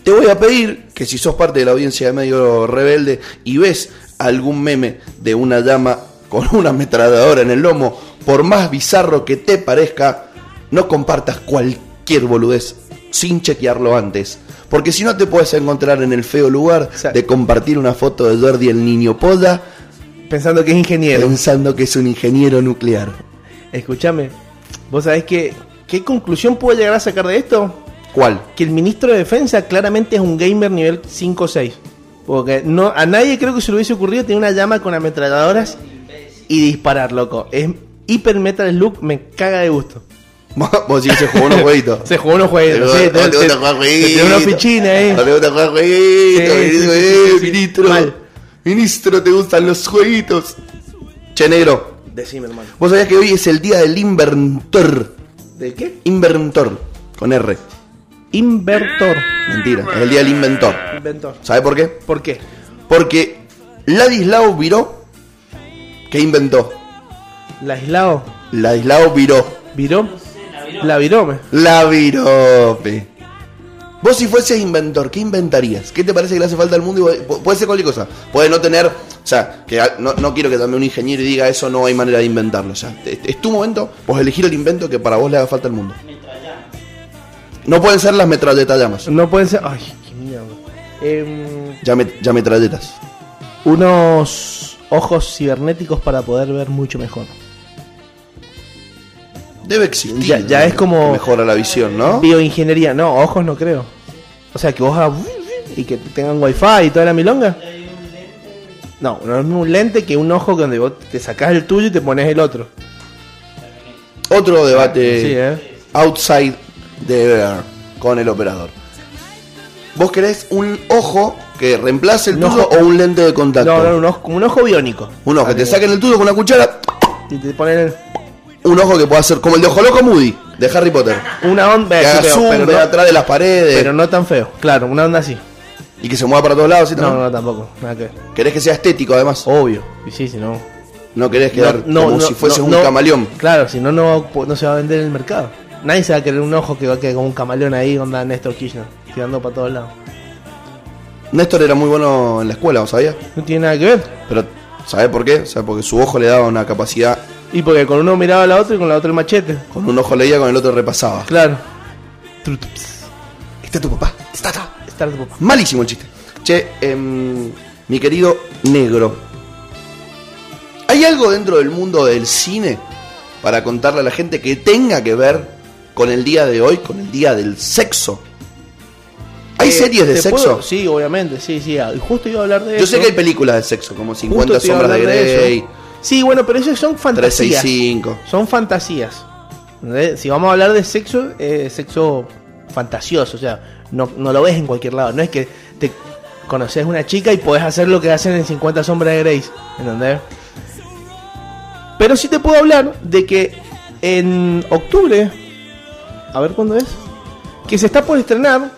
te voy a pedir que si sos parte de la audiencia de Medio Rebelde y ves algún meme de una llama con (laughs) una ametralladora en el lomo, por más bizarro que te parezca, no compartas cualquier boludez sin chequearlo antes. Porque si no te puedes encontrar en el feo lugar Exacto. de compartir una foto de Jordi el niño poda Pensando que es ingeniero. pensando que es un ingeniero nuclear. Escúchame, ¿vos sabés que, qué conclusión puedo llegar a sacar de esto? ¿Cuál? (laughs) que el ministro de defensa claramente es un gamer nivel 5 o 6. Porque no, a nadie creo que se le hubiese ocurrido tener una llama con ametralladoras y disparar, loco. Es hiper metal look, me caga de gusto. Vos decís que se jugó unos (laughs) jueguitos. Se jugó unos juegos. No sí, te te- te- gusta jugar te- te- una jueguitos. pichina, No eh. te gusta jugar jueguitos, Sí, ministro, sí, sí, eh, sí, sí. ministro. Mal. Ministro, te gustan los jueguitos. Che, negro. Decime, hermano. Vos sabías que hoy es el día del inventor. ¿De qué? Inventor. Con R. Invertor. Mentira. Es el día del inventor. Inventor. ¿Sabe por qué? ¿Por qué? Porque Ladislao Viró. ¿Qué inventó? La aislado. Ladislao Viró. ¿Viró? La virome. La viró, pe. Vos si fueses inventor, ¿qué inventarías? ¿Qué te parece que le hace falta al mundo? Y pu- Puede ser cualquier cosa. Puede no tener... O sea, que a- no, no quiero que también un ingeniero diga eso, no hay manera de inventarlo. O sea, es, es tu momento, vos elegir el invento que para vos le haga falta al mundo. No pueden ser las metralletas llamas. No pueden ser. Ay, qué mierda. Em, Ya, me- ya metralletas. unos ojos cibernéticos para poder ver mucho mejor. Debe existir. Ya- ya es como- que Mejora la visión, ¿no? Bioingeniería, no, ojos no creo. O sea, que vos hagas y que tengan wifi y toda la milonga. No, no es un lente que un ojo donde vos te sacás el tuyo y te pones el otro. Otro debate Sí, ¿eh? outside de ver con el operador. ¿Vos querés un ojo que reemplace el Un tuyo ojo- o un lente de contacto? No, no, un ojo, como un ojo biónico. Un ojo que te saquen el tuyo con una cuchara. Y te ponen el- Un ojo que pueda ser como el de Ojo Loco Moody de Harry Potter. una onda. Que Eh, sí, haga pero- zoom, pero vea no- atrás de las paredes pero no tan feo, claro, una onda así. y que se mueva para todos lados. ¿sí, No, también? no, tampoco, nada que ver. ¿Querés que sea estético además? Obvio, y sí, si no. No querés quedar como si fueses no, un no. camaleón. Claro, si no, no, va a po- no se va a vender en el mercado. Nadie se va a querer un ojo que va a quedar como un camaleón ahí, onda Néstor Kirchner, tirando para todos lados. Néstor era muy bueno en la escuela, ¿vos sabías? No tiene nada que ver. Pero, ¿sabés por qué? O sea, porque su ojo le daba una capacidad. Y porque con uno miraba a la otra y con la otra el machete. Con un ojo leía, con el otro repasaba. Claro. Está tu papá. este Está acá. Estar de popa. Malísimo el chiste. Che, em, mi querido negro. ¿Hay algo dentro del mundo del cine para contarle a la gente que tenga que ver con el día de hoy, con el día del sexo? ¿Hay Eh, series de ¿te sexo? puedo? Sí, obviamente, sí, sí. ah, y Justo iba a hablar de Yo eso. sé que hay películas de sexo, como Justo 50 te iba a sombras de hablar de Grey, eso. Sí, bueno, pero eso son fantasías. 365. Son fantasías. ¿Entendés? Si vamos a hablar de sexo, eh, sexo fantasioso. O sea, no, no lo ves en cualquier lado. No es que te conoces una chica y podés hacer lo que hacen en 50 sombras de Grey. ¿Entendés? Pero sí te puedo hablar de que en octubre, a ver cuándo es, que se está por estrenar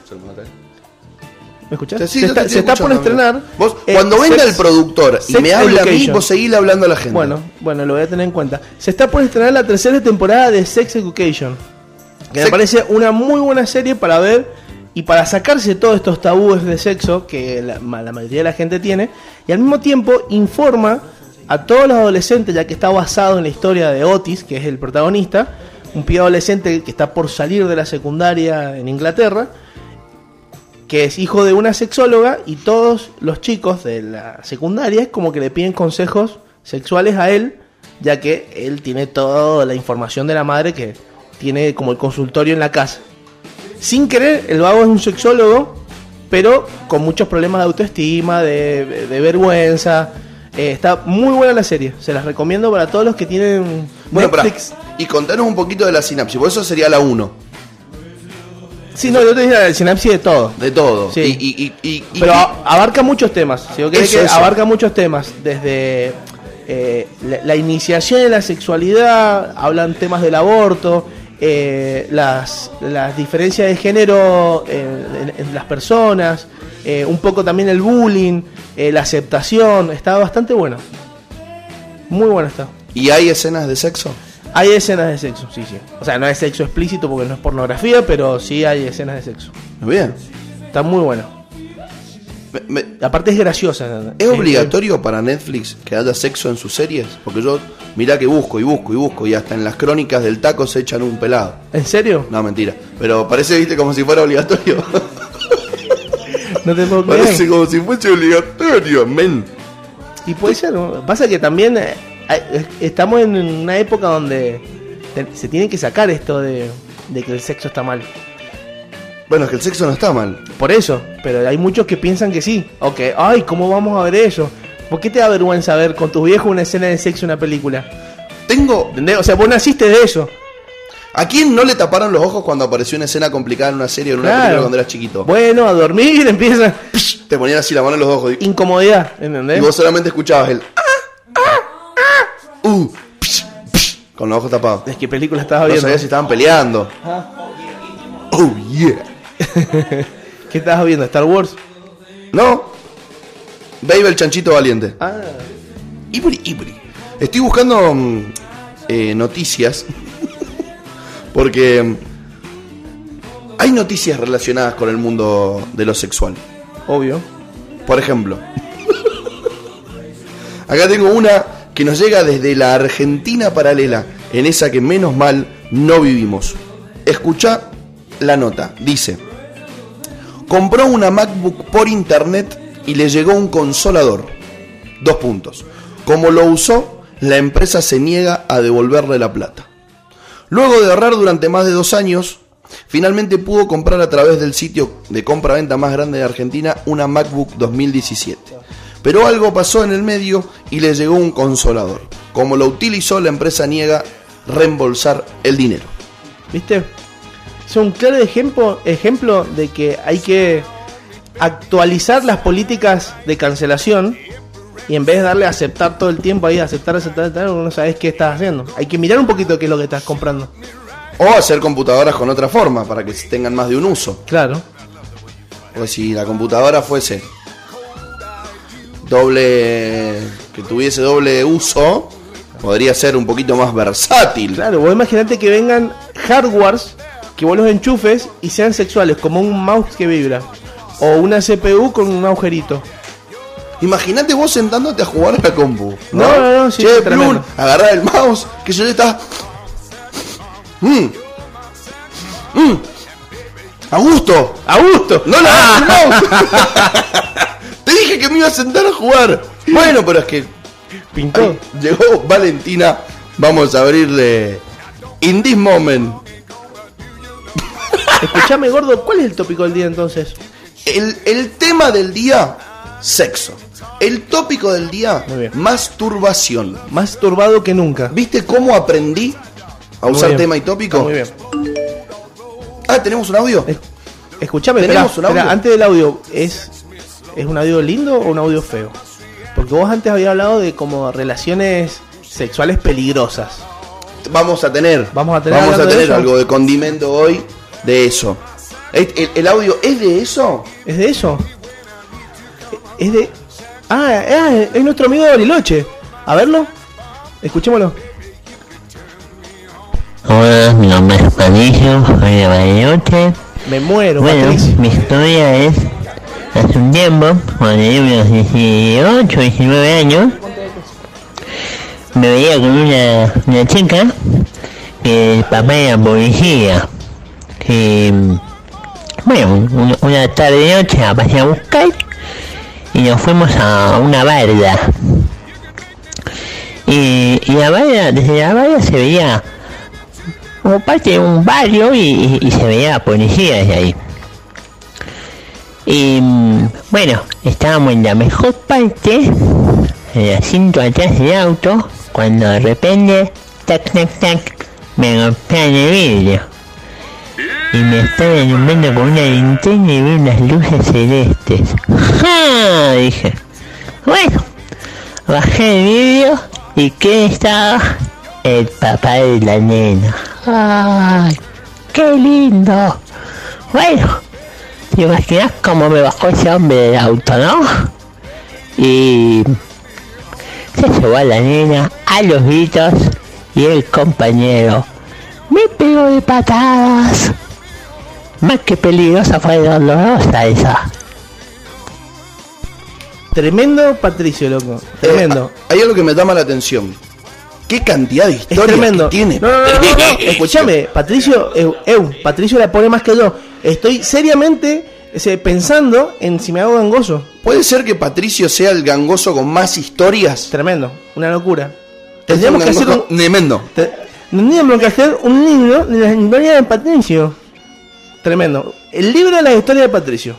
¿Me escuchás? Sí, sí, yo te se está, estoy se está por escuchando, estrenar. amigo. Vos, eh, cuando venga Sex- el productor y Sex me habla a mí, Education. vos seguile hablando a la gente. Bueno, bueno, lo voy a tener en cuenta. Se está por estrenar la tercera temporada de Sex Education. Que Sex- me parece una muy buena serie para ver y para sacarse todos estos tabúes de sexo que la, ma- la mayoría de la gente tiene. Y al mismo tiempo informa a todos los adolescentes, ya que está basado en la historia de Otis, que es el protagonista, un pibe adolescente que está por salir de la secundaria en Inglaterra que es hijo de una sexóloga y todos los chicos de la secundaria es como que le piden consejos sexuales a él, ya que él tiene toda la información de la madre que tiene como el consultorio en la casa. Sin querer, el vago es un sexólogo, pero con muchos problemas de autoestima, de, de vergüenza. Eh, está muy buena la serie, se las recomiendo para todos los que tienen Bueno, pará. Netflix. y contanos un poquito de la sinapsis, por eso sería la 1, Sí, no, yo te dije la sinapsis de todo. de todo. Sí. Y, y- y- y- Pero y- a- abarca muchos temas. Si vos querés Eso, que eso. abarca muchos temas. Desde eh, la, la iniciación de la sexualidad, hablan temas del aborto, eh, las, las diferencias de género en, en- en las personas, eh, un poco también el bullying, eh, la aceptación. Está bastante bueno. Muy bueno está. ¿Y hay escenas de sexo? Hay escenas de sexo, sí, sí. O sea, no es sexo explícito porque no es pornografía, pero sí hay escenas de sexo. Bien. Está muy bueno. Me- me- Aparte es graciosa. ¿Es Eh, obligatorio para Netflix que haya sexo en sus series? Porque yo, mirá que busco y busco y busco, y hasta en las crónicas del taco se echan un pelado. ¿En serio? No, mentira. Pero parece, viste, como si fuera obligatorio. (laughs) No te puedo creer. parece como si fuese obligatorio, men. Y puede ser. ¿no? Pasa que también eh, hay- es- estamos en una época donde te- se tiene que sacar esto de, de que el sexo está mal. Bueno, es que el sexo no está mal. Por eso, pero hay muchos que piensan que sí. O que, ay, ¿cómo vamos a ver eso? ¿Por qué te da vergüenza ver con tus viejos una escena de sexo en una película? Tengo. ¿Entendés? O sea, vos naciste de eso. ¿A quién no le taparon los ojos cuando apareció una escena complicada en una serie o en una película cuando eras chiquito? Bueno, a dormir (laughs) empieza Te ponían así la mano en los ojos y, incomodidad, y ¿entendés? vos solamente escuchabas el. "Ah, ah, ah", uh, psh, psh, con los ojos tapados. Es que película estabas No viendo. sabías si estaban peleando. Oh yeah. ¿Qué estabas viendo? ¿Star Wars? No. Babe el chanchito valiente. Ah, Ibri, Ibri. Estoy buscando mm, eh, noticias. (laughs) porque mm, hay noticias relacionadas con el mundo de lo sexual. obvio. Por ejemplo. Acá tengo una que nos llega desde la Argentina paralela, en esa que menos mal no vivimos. Escucha la nota. Dice, compró una MacBook por internet y le llegó un consolador. Dos puntos. Como lo usó, la empresa se niega a devolverle la plata. Luego de ahorrar durante más de dos años, finalmente pudo comprar a través del sitio de compra-venta más grande de Argentina una MacBook 2017. Pero algo pasó en el medio y le llegó un consolador. Como lo utilizó, la empresa niega reembolsar el dinero. ¿Viste? Es un claro ejemplo, ejemplo de que hay que actualizar las políticas de cancelación y en vez de darle a aceptar todo el tiempo ahí, aceptar, aceptar, aceptar, no sabes qué estás haciendo. Hay que mirar un poquito qué es lo que estás comprando. O hacer computadoras con otra forma para que tengan más de un uso. Claro. O si la computadora fuese doble. que tuviese doble uso, podría ser un poquito más versátil. Claro, vos imaginate que vengan hardwares que vos los enchufes y sean sexuales, como un mouse que vibra. O una CPU con un agujerito. Imagínate vos sentándote a jugar a la compu. No, no, no, sí, Che, es tremendo. Plun, agarrar el mouse, que yo le está. Mmm. Mmm. A gusto. ¡A gusto! Ah. No le (laughs) hagas el mouse. Te dije que me iba a sentar a jugar. Bueno, pero es que. Pintó. ay, llegó Valentina. Vamos a abrirle. In this moment. Escuchame, gordo, ¿cuál es el tópico del día entonces? El, el tema del día: sexo. El tópico del día: Muy bien. masturbación. Más turbado que nunca. ¿Viste cómo aprendí a Muy usar bien. tema y tópico? Está Muy bien. Ah, ¿tenemos un audio? Es- Escuchame, espera, ¿Tenemos un audio? espera, antes del audio, ¿es, ¿es un audio lindo o un audio feo? Porque vos antes habías hablado de como relaciones sexuales peligrosas. Vamos a tener. Vamos a tener Vamos a hablando de tener eso. algo de condimento hoy de eso. ¿Es- ¿El, el audio es de eso? ¿Es de eso? Es de. Ah, ah, es nuestro amigo de Bariloche. A verlo. Escuchémoslo. Hola, mi nombre es Patricio, soy de Bariloche. Me muero, Bueno, Patricio. mi historia es, hace un tiempo, cuando tenía unos 18, 19 años, me veía con una, una chica que el papá era policía. Y, bueno, un- una tarde noche la pasé a buscar y nos fuimos a una barda. Y, y la barda, desde la barda se veía como parte de un barrio y, y- y se veía la policía desde ahí. Y mm, bueno, estábamos en la mejor parte, en el asiento atrás del auto, cuando de repente, tac, tac, tac, me golpean el vidrio. Y me estaba iluminando con una linterna y vi unas luces celestes. ¡Ja! Dije. Bueno, Bajé el vídeo y ¿qué estaba? El papá de la nena. ¡Ay! ¡Qué lindo! Bueno, te imaginas cómo me bajó ese hombre del auto, ¿no? Y se llevó a la nena a los gritos y el compañero me pegó de patadas. Más que peligrosa fue dolorosa esa. Tremendo Patricio, loco. Tremendo. Eh, hay algo que me llama la atención. ¿Qué cantidad de es historias tremendo. que tiene? No, no, no, no, no, (laughs) no. Escuchame, Patricio, eu, eu, Patricio la pone más que yo. Estoy seriamente ese, pensando en si me hago gangoso. ¿Puede ser que Patricio sea el gangoso con más historias? Tremendo. Una locura. Tendríamos que Es un hacer gangoso un. Tremendo. te- Tendríamos que hacer un libro de las historias de Patricio. Tremendo. El libro de las historias de Patricio.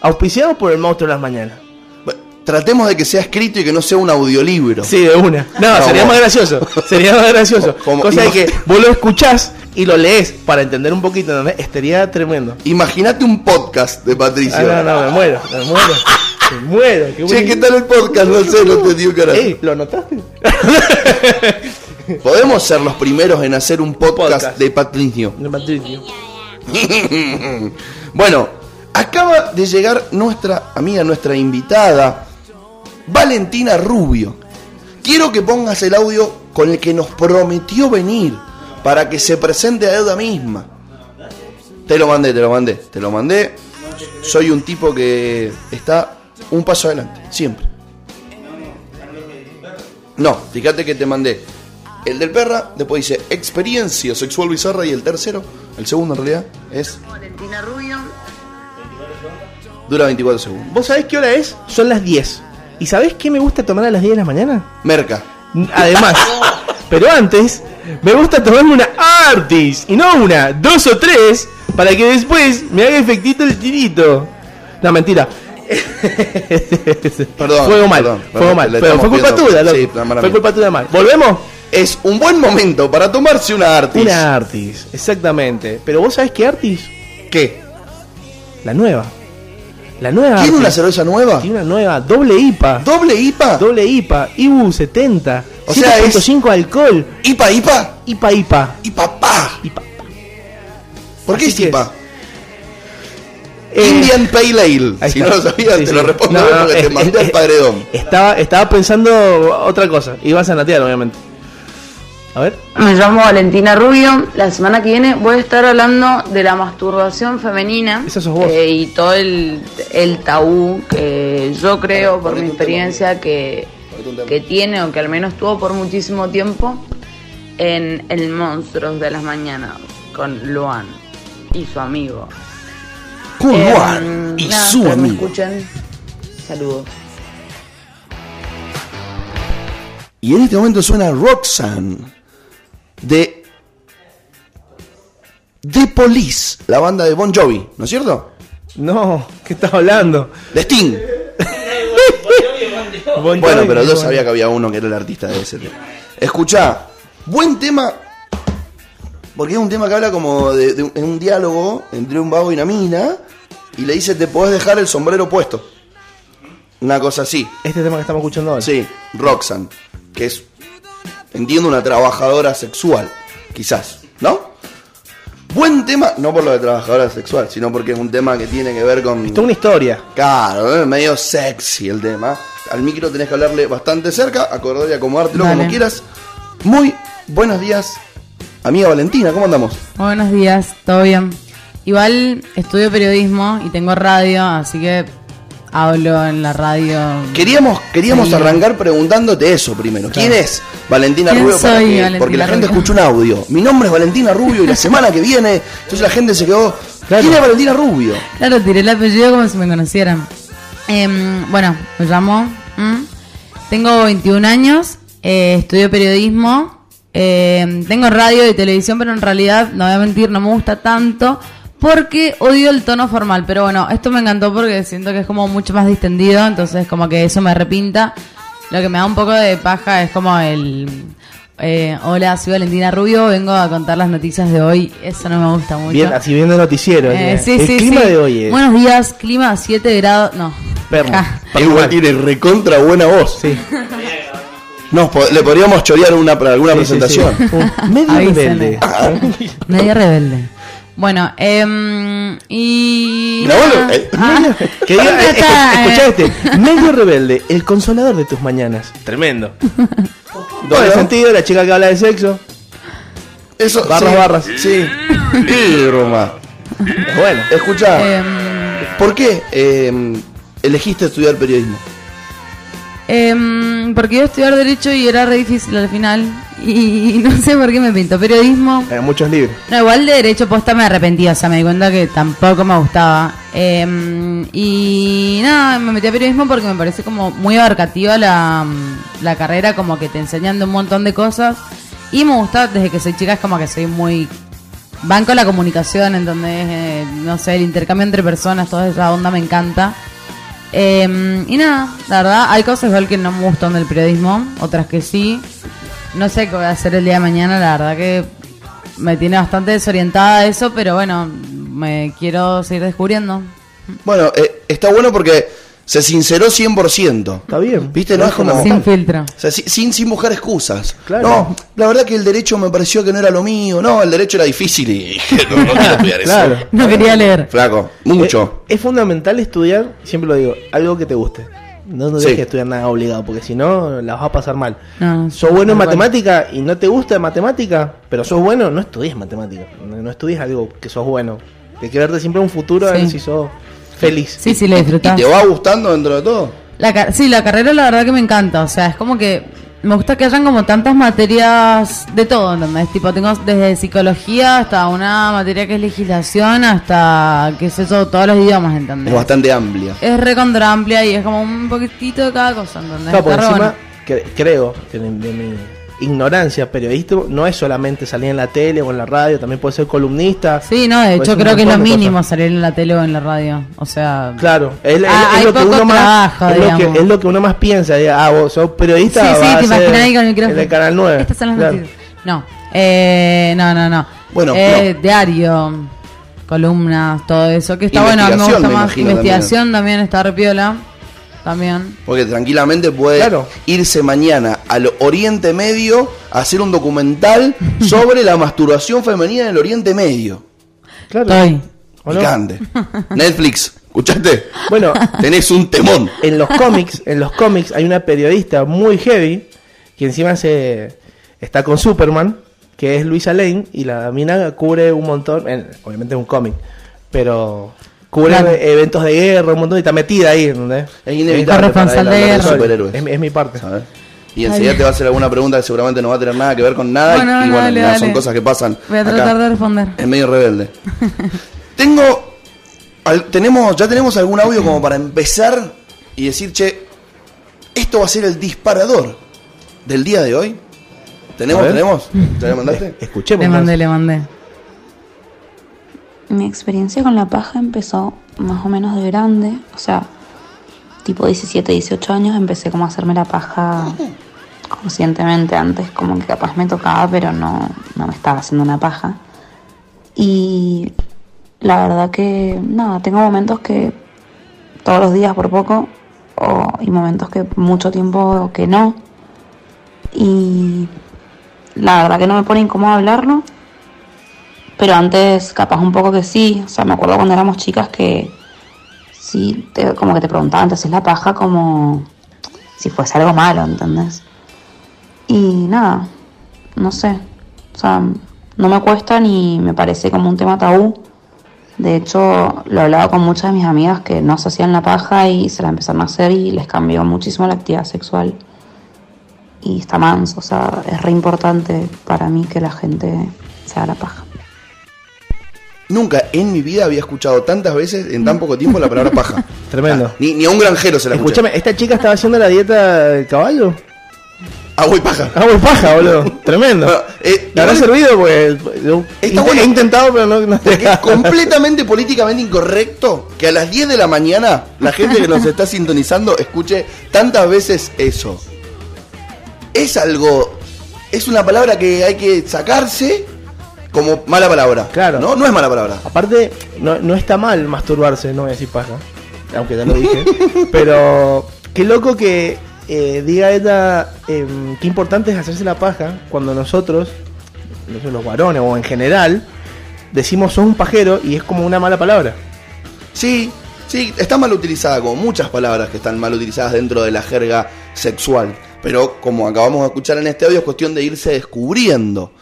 Auspiciado por el monstruo de las mañanas. Bueno, Tratemos de que sea escrito y que no sea un audiolibro. Sí, de una. No, No, sería vos. más gracioso. Sería más (laughs) gracioso. Como- Cosa de imag- que vos lo escuchás y lo lees para entender un poquito. ¿entendés? Estaría tremendo. Imagínate un podcast de Patricio. Ah, no, no, me muero, me muero. Me muero. Che, Qué buena- ¿qué tal el podcast? No sé, no te digo carajo. Ey, ¿lo notaste? Podemos ser los primeros en hacer un podcast, Podcast. de Patricio. De Patricio. bueno, acaba de llegar nuestra amiga, nuestra invitada, Valentina Rubio. Quiero que pongas el audio con el que nos prometió venir para que se presente a ella misma. Te lo mandé, te lo mandé, te lo mandé. Soy un tipo que está un paso adelante, siempre. No, fíjate que te mandé el del perra, después dice experiencia sexual bizarra y el tercero, el segundo en realidad, es Valentina Rubio. dura 24 segundos. ¿Vos sabés qué hora es? Son las 10. ¿Y sabés qué me gusta tomar a las 10 de la mañana? Merca. Además, pero antes, me gusta tomarme una Artis. Y no una, dos o tres, para que después me haga efectito el tirito. No, mentira. (laughs) Perdón, Fuego mal, perdón, fuego perdón, mal. le Pero estamos fue culpa pidiendo- tuya, loco. Sí, la mala fue mía. culpa tuya mal. ¿Volvemos? Es un buen momento para tomarse una artis. Una Artis, exactamente. Pero vos sabés qué Artis? ¿Qué? La nueva. La nueva. ¿Tiene una Artis. cerveza nueva? Tiene una nueva, doble IPA. ¿Doble IPA? Doble IPA, IBU 70, O sea, es- 7.5 alcohol, ¿IPA, IPA? IPA IPA. ¿Y papá? IPA. ¿Por qué Así es que es. IPA? Eh, Indian Pale Ale. ahí Si está. no lo sabías, Sí, te sí. lo respondo No, yo no, porque te es- mandé es- al padredón. Estaba, estaba pensando otra cosa, iba a sanatear obviamente. A ver, Me llamo Valentina Rubio. La semana que viene voy a estar hablando de la masturbación femenina Esa sos vos. eh, y todo el, el tabú que yo creo por mi experiencia que, que tiene o que al menos tuvo por muchísimo tiempo en el Monstruos de las Mañanas con Luan y su amigo. Con Eh, Juan y nada, su espero me amigo. escuchen. Saludos. Y en este momento suena Roxanne de The Police, la banda de Bon Jovi, ¿no es cierto? no, ¿qué estás hablando? De Sting. Bon Bueno, Jovi, pero yo bueno. sabía que había uno que era el artista de ese tema. Escuchá, buen tema, porque es un tema que habla como de, de un, en un diálogo entre un vago y una mina, y le dice, te podés dejar el sombrero puesto. Una cosa así. Este tema que estamos escuchando ahora. Sí, Roxanne, que es, entiendo, una trabajadora sexual, quizás, ¿no? Buen tema, no por lo de trabajadora sexual, sino porque es un tema que tiene que ver con... Esto es una historia. Claro, ¿eh? medio sexy el tema. Al micro tenés que hablarle bastante cerca, acordar y acomodártelo como Dale. quieras. Muy buenos días, amiga Valentina, ¿cómo andamos? Muy Buenos días, ¿todo bien? Igual estudio periodismo y tengo radio, así que hablo en la radio. Queríamos, queríamos Sí. arrancar preguntándote eso primero. ¿Quién es Valentina ¿Quién Rubio? soy, que- Valentina porque la gente Rubio? escuchó un audio. Mi nombre es Valentina Rubio y la semana que viene, entonces la gente se quedó. ¿Quién es Valentina Rubio? Claro, tiré el apellido como si me conocieran. Em, bueno, me llamo. ¿m? Tengo 21 años, eh, estudio periodismo, em, tengo radio y televisión, pero en realidad, no voy a mentir, no me gusta tanto porque odio el tono formal. Pero bueno, esto me encantó porque siento que es como mucho más distendido, entonces como que eso me repinta. Lo que me da un poco de paja es como el... eh, hola, soy Valentina Rubio, vengo a contar las noticias de hoy. Eso no me gusta mucho. Bien, así viendo el noticiero. Eh, eh. sí, el sí, clima sí. de hoy es Buenos días, clima 7 grados. No. Ah, perno. Ja. Igual tiene recontra buena voz. Sí. Nos, po- le podríamos chorear una para alguna Sí, sí, sí. presentación. (laughs) Un Medio Avísenme. rebelde. Medio rebelde. Bueno, em, y. Ah. Mirá, bueno, eh, (laughs) Que diga, eh, escu- escuchá este. Medio rebelde, el consolador de tus mañanas. Tremendo. Todo el Bueno. sentido, la chica que habla de sexo. Eso, Barras, sí, barras. Sí. Qué broma. Bueno. Escucha, Em, ¿por qué eh, elegiste estudiar periodismo? este. em, porque iba a estudiar Derecho y era re difícil al final. Y no sé por qué me pintó periodismo. Eh, muchos libros. No, igual de derecho posta me arrepentí, o sea, me di cuenta que tampoco me gustaba. Eh, y nada, me metí a periodismo porque me parece como muy abarcativa la, la carrera, como que te enseñan de un montón de cosas. Y me gusta, desde que soy chica, es como que soy muy Banco la comunicación, ¿entendés? Eh, no sé, el intercambio entre personas, toda esa onda me encanta. Eh, y nada, la verdad, hay cosas igual que no me gustan del periodismo, otras que sí. No sé qué voy a hacer el día de mañana, la verdad que me tiene bastante desorientada eso, pero bueno, me quiero seguir descubriendo. Bueno, eh, está bueno porque se sinceró 100%. Está bien. ¿Viste? No es como. Sin filtro. O sea, si- sin, sin buscar excusas. Claro. No, la verdad que el derecho me pareció que no era lo mío. No, el derecho era difícil y (laughs) dije, no, no quiero estudiar eso. Claro. No quería leer. Flaco, mucho. Es, es fundamental estudiar, siempre lo digo, algo que te guste. No, no Sí. dejes de estudiar nada obligado, porque si no, la vas a pasar mal. No, no, sos bueno en tal cual. matemática y no te gusta matemática, pero sos bueno, no estudies matemática. No, no estudies algo que sos bueno. Te que verte siempre un futuro a ver Sí. si sos feliz. Sí, sí, le Eh, ¿Y disfrutás. te va gustando dentro de todo? La car- sí, la carrera la verdad que me encanta, o sea, es como que me gusta que hayan como tantas materias de todo, ¿entendés? Tipo, tengo desde psicología hasta una materia que es legislación, hasta, qué sé yo, todos los idiomas, Es ¿entendés? bastante amplia. Es recontra amplia y es como un poquitito de cada cosa, ¿entendés? Claro, por Está re encima, bueno. cre- creo que de, de mi ignorancia periodístico, no es solamente salir en la tele o en la radio, también puede ser columnista. Sí, no, Pues puede de ser hecho un creo que es lo montón de cosas. mínimo salir en la tele o en la radio, o sea... Claro, es, es- Ah, es hay lo que poco uno más trabajo, es lo, digamos. que, es lo que uno más piensa, diga, ah, vos sos periodista, Sí, vas sí, a te ser imaginas ahí con el micrófono. el de Canal 9. Estas son las Claro. noticias. No, eh, no, no, no. Bueno, Eh, no. diario, columnas, todo eso. Que está bueno, a mí me Investigación, gusta me más. imagino Investigación también. está repiola. También. Porque tranquilamente puede Claro. irse mañana al Oriente Medio a hacer un (laughs) documental sobre la masturbación femenina en el Oriente Medio. Claro. Estoy. ¿O no? Picante. Netflix, escuchaste, Bueno, tenés un temón. en los cómics, en los cómics hay una periodista muy heavy que encima se está con Superman, que es Luisa Lane y la mina cubre un montón, en- obviamente es un cómic, pero cubre Claro. eventos de guerra, un montón y está metida ahí, ¿entendés? Es inevitable para él Corresponsal de hablar de guerra. superhéroes. Es, mi- es mi parte. ¿sabes? Y enseguida te va a hacer alguna pregunta que seguramente no va a tener nada que ver con nada. Bueno, y bueno, bueno, dale, nada, son dale. cosas que pasan. Voy a acá. tratar de responder. En medio (laughs) rebelde. Tengo. al- tenemos, ya tenemos algún audio como para empezar y decir, che, esto va a ser el disparador del día de hoy. A ¿Tenemos? ver. Eh. ¿Tenemos? ¿Ya le (laughs) mandaste? Escuchemos. Le mandé, entonces. le mandé. Mi experiencia con la paja empezó más o menos de grande, o sea, tipo 17, 18 años empecé como a hacerme la paja conscientemente antes, como que capaz me tocaba, pero no, no me estaba haciendo una paja. Y la verdad que, nada, tengo momentos que todos los días por poco, o, y momentos que mucho tiempo que no. Y la verdad que no me pone incómodo hablarlo, pero antes capaz un poco que sí. O sea, me acuerdo cuando éramos chicas que sí, te- como que te preguntaban, te haces la paja como si fuese algo malo, ¿entendés? Y nada, no sé. O sea, no me cuesta ni me parece como un tema tabú. De hecho, lo he hablado con muchas de mis amigas que no se hacían la paja y se la empezaron a hacer y les cambió muchísimo la actividad sexual. Y está manso, o sea, es re importante para mí que la gente se haga la paja. Nunca en mi vida había escuchado tantas veces en tan poco tiempo la palabra paja. (laughs) Ah, Tremendo. Ni, ni a un granjero se la escuché. Escúchame, ¿esta chica estaba haciendo la dieta del caballo? Agua y paja. Ah, muy (laughs) paja, boludo. Tremendo. Bueno, eh, ¿Te habrá igual- servido? Pues, yo Está inte- bueno. he intentado, pero no, no Porque (laughs) es completamente políticamente incorrecto que a las 10 de la mañana la gente que nos está sintonizando escuche tantas veces eso. Es algo. Es una palabra que hay que sacarse como mala palabra. Claro. No, no es mala palabra. Aparte, no, no está mal masturbarse, no voy a decir paja, aunque ya (laughs) lo dije. pero qué loco que eh, diga esta, em, qué importante es hacerse la paja cuando nosotros, nosotros los varones o en general, decimos sos un pajero y es como una mala palabra. Sí, sí, está mal utilizada, como muchas palabras que están mal utilizadas dentro de la jerga sexual. Pero como acabamos de escuchar en este audio, es cuestión de irse descubriendo.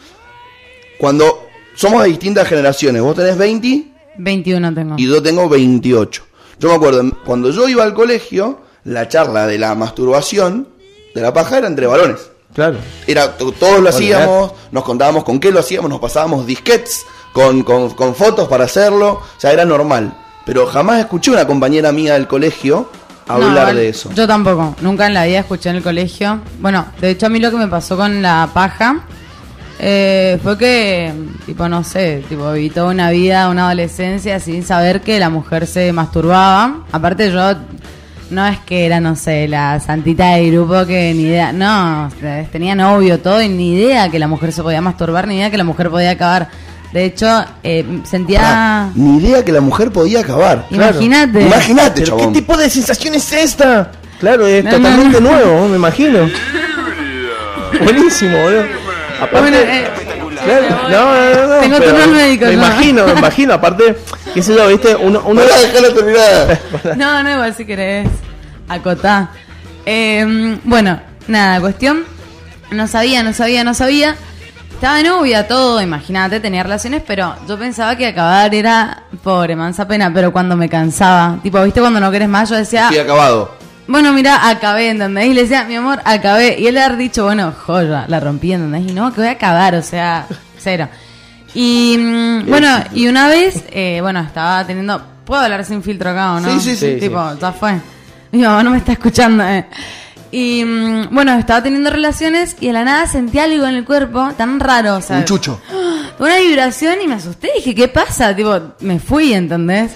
Cuando somos de distintas generaciones, vos tenés 20 21 tengo. y yo tengo 28. Yo me acuerdo, cuando yo iba al colegio, la charla de la masturbación, de la paja, era entre varones. Claro. Era, to- todos lo hacíamos, nos contábamos con qué lo hacíamos, nos pasábamos disquets con, con- con fotos para hacerlo, o sea, era normal. Pero jamás escuché una compañera mía del colegio No, hablar igual, de eso. Yo tampoco, nunca en la vida escuché en el colegio. Bueno, de hecho a mí lo que me pasó con la paja Eh, fue que, tipo, no sé, tipo, viví toda una vida, una adolescencia sin saber que la mujer se masturbaba. Aparte yo, no es que era, no sé, la santita del grupo que ni idea, no, tenía novio, todo, y ni idea que la mujer se podía masturbar, ni idea que la mujer podía acabar. De hecho, eh, sentía... Ah, Ni idea que la mujer podía acabar. claro. Imagínate. Imagínate, ¿Pero chabón. ¿Qué tipo de sensación es esta? Claro, es No, no, totalmente no. nuevo, me imagino. Buenísimo, boludo. Aparte, Bueno, eh, claro, no, no, no, no, Tengo pero turno al médico, Me no. imagino, me imagino. Aparte, qué sé yo, viste, uno, uno Pará, dejala terminar. No, no, igual si querés acotá. Eh, bueno, nada, cuestión. No sabía, no sabía, no sabía. Estaba de novia, todo, imagínate, tenía relaciones, pero yo pensaba que acabar era pobre, mansa pena, pero cuando me cansaba, tipo, viste, cuando no querés más, yo decía, Estoy acabado. bueno, mira, acabé, ¿entendés? Y le decía, mi amor, acabé. Y él haber dicho, bueno, joya, la rompí, ¿entendés? Y no, que voy a acabar, o sea, cero. Y mm, bueno, y una vez, eh, bueno, estaba teniendo. ¿Puedo hablar sin filtro acá o no? Sí, sí, sí. Tipo, ya fue. Mi mamá no me está escuchando, eh. Y mm, bueno, estaba teniendo relaciones y de la nada sentí algo en el cuerpo tan raro, o sea. ¡Ah! Un chucho. Una vibración y me asusté. Dije, ¿qué pasa? Tipo, me fui, ¿entendés?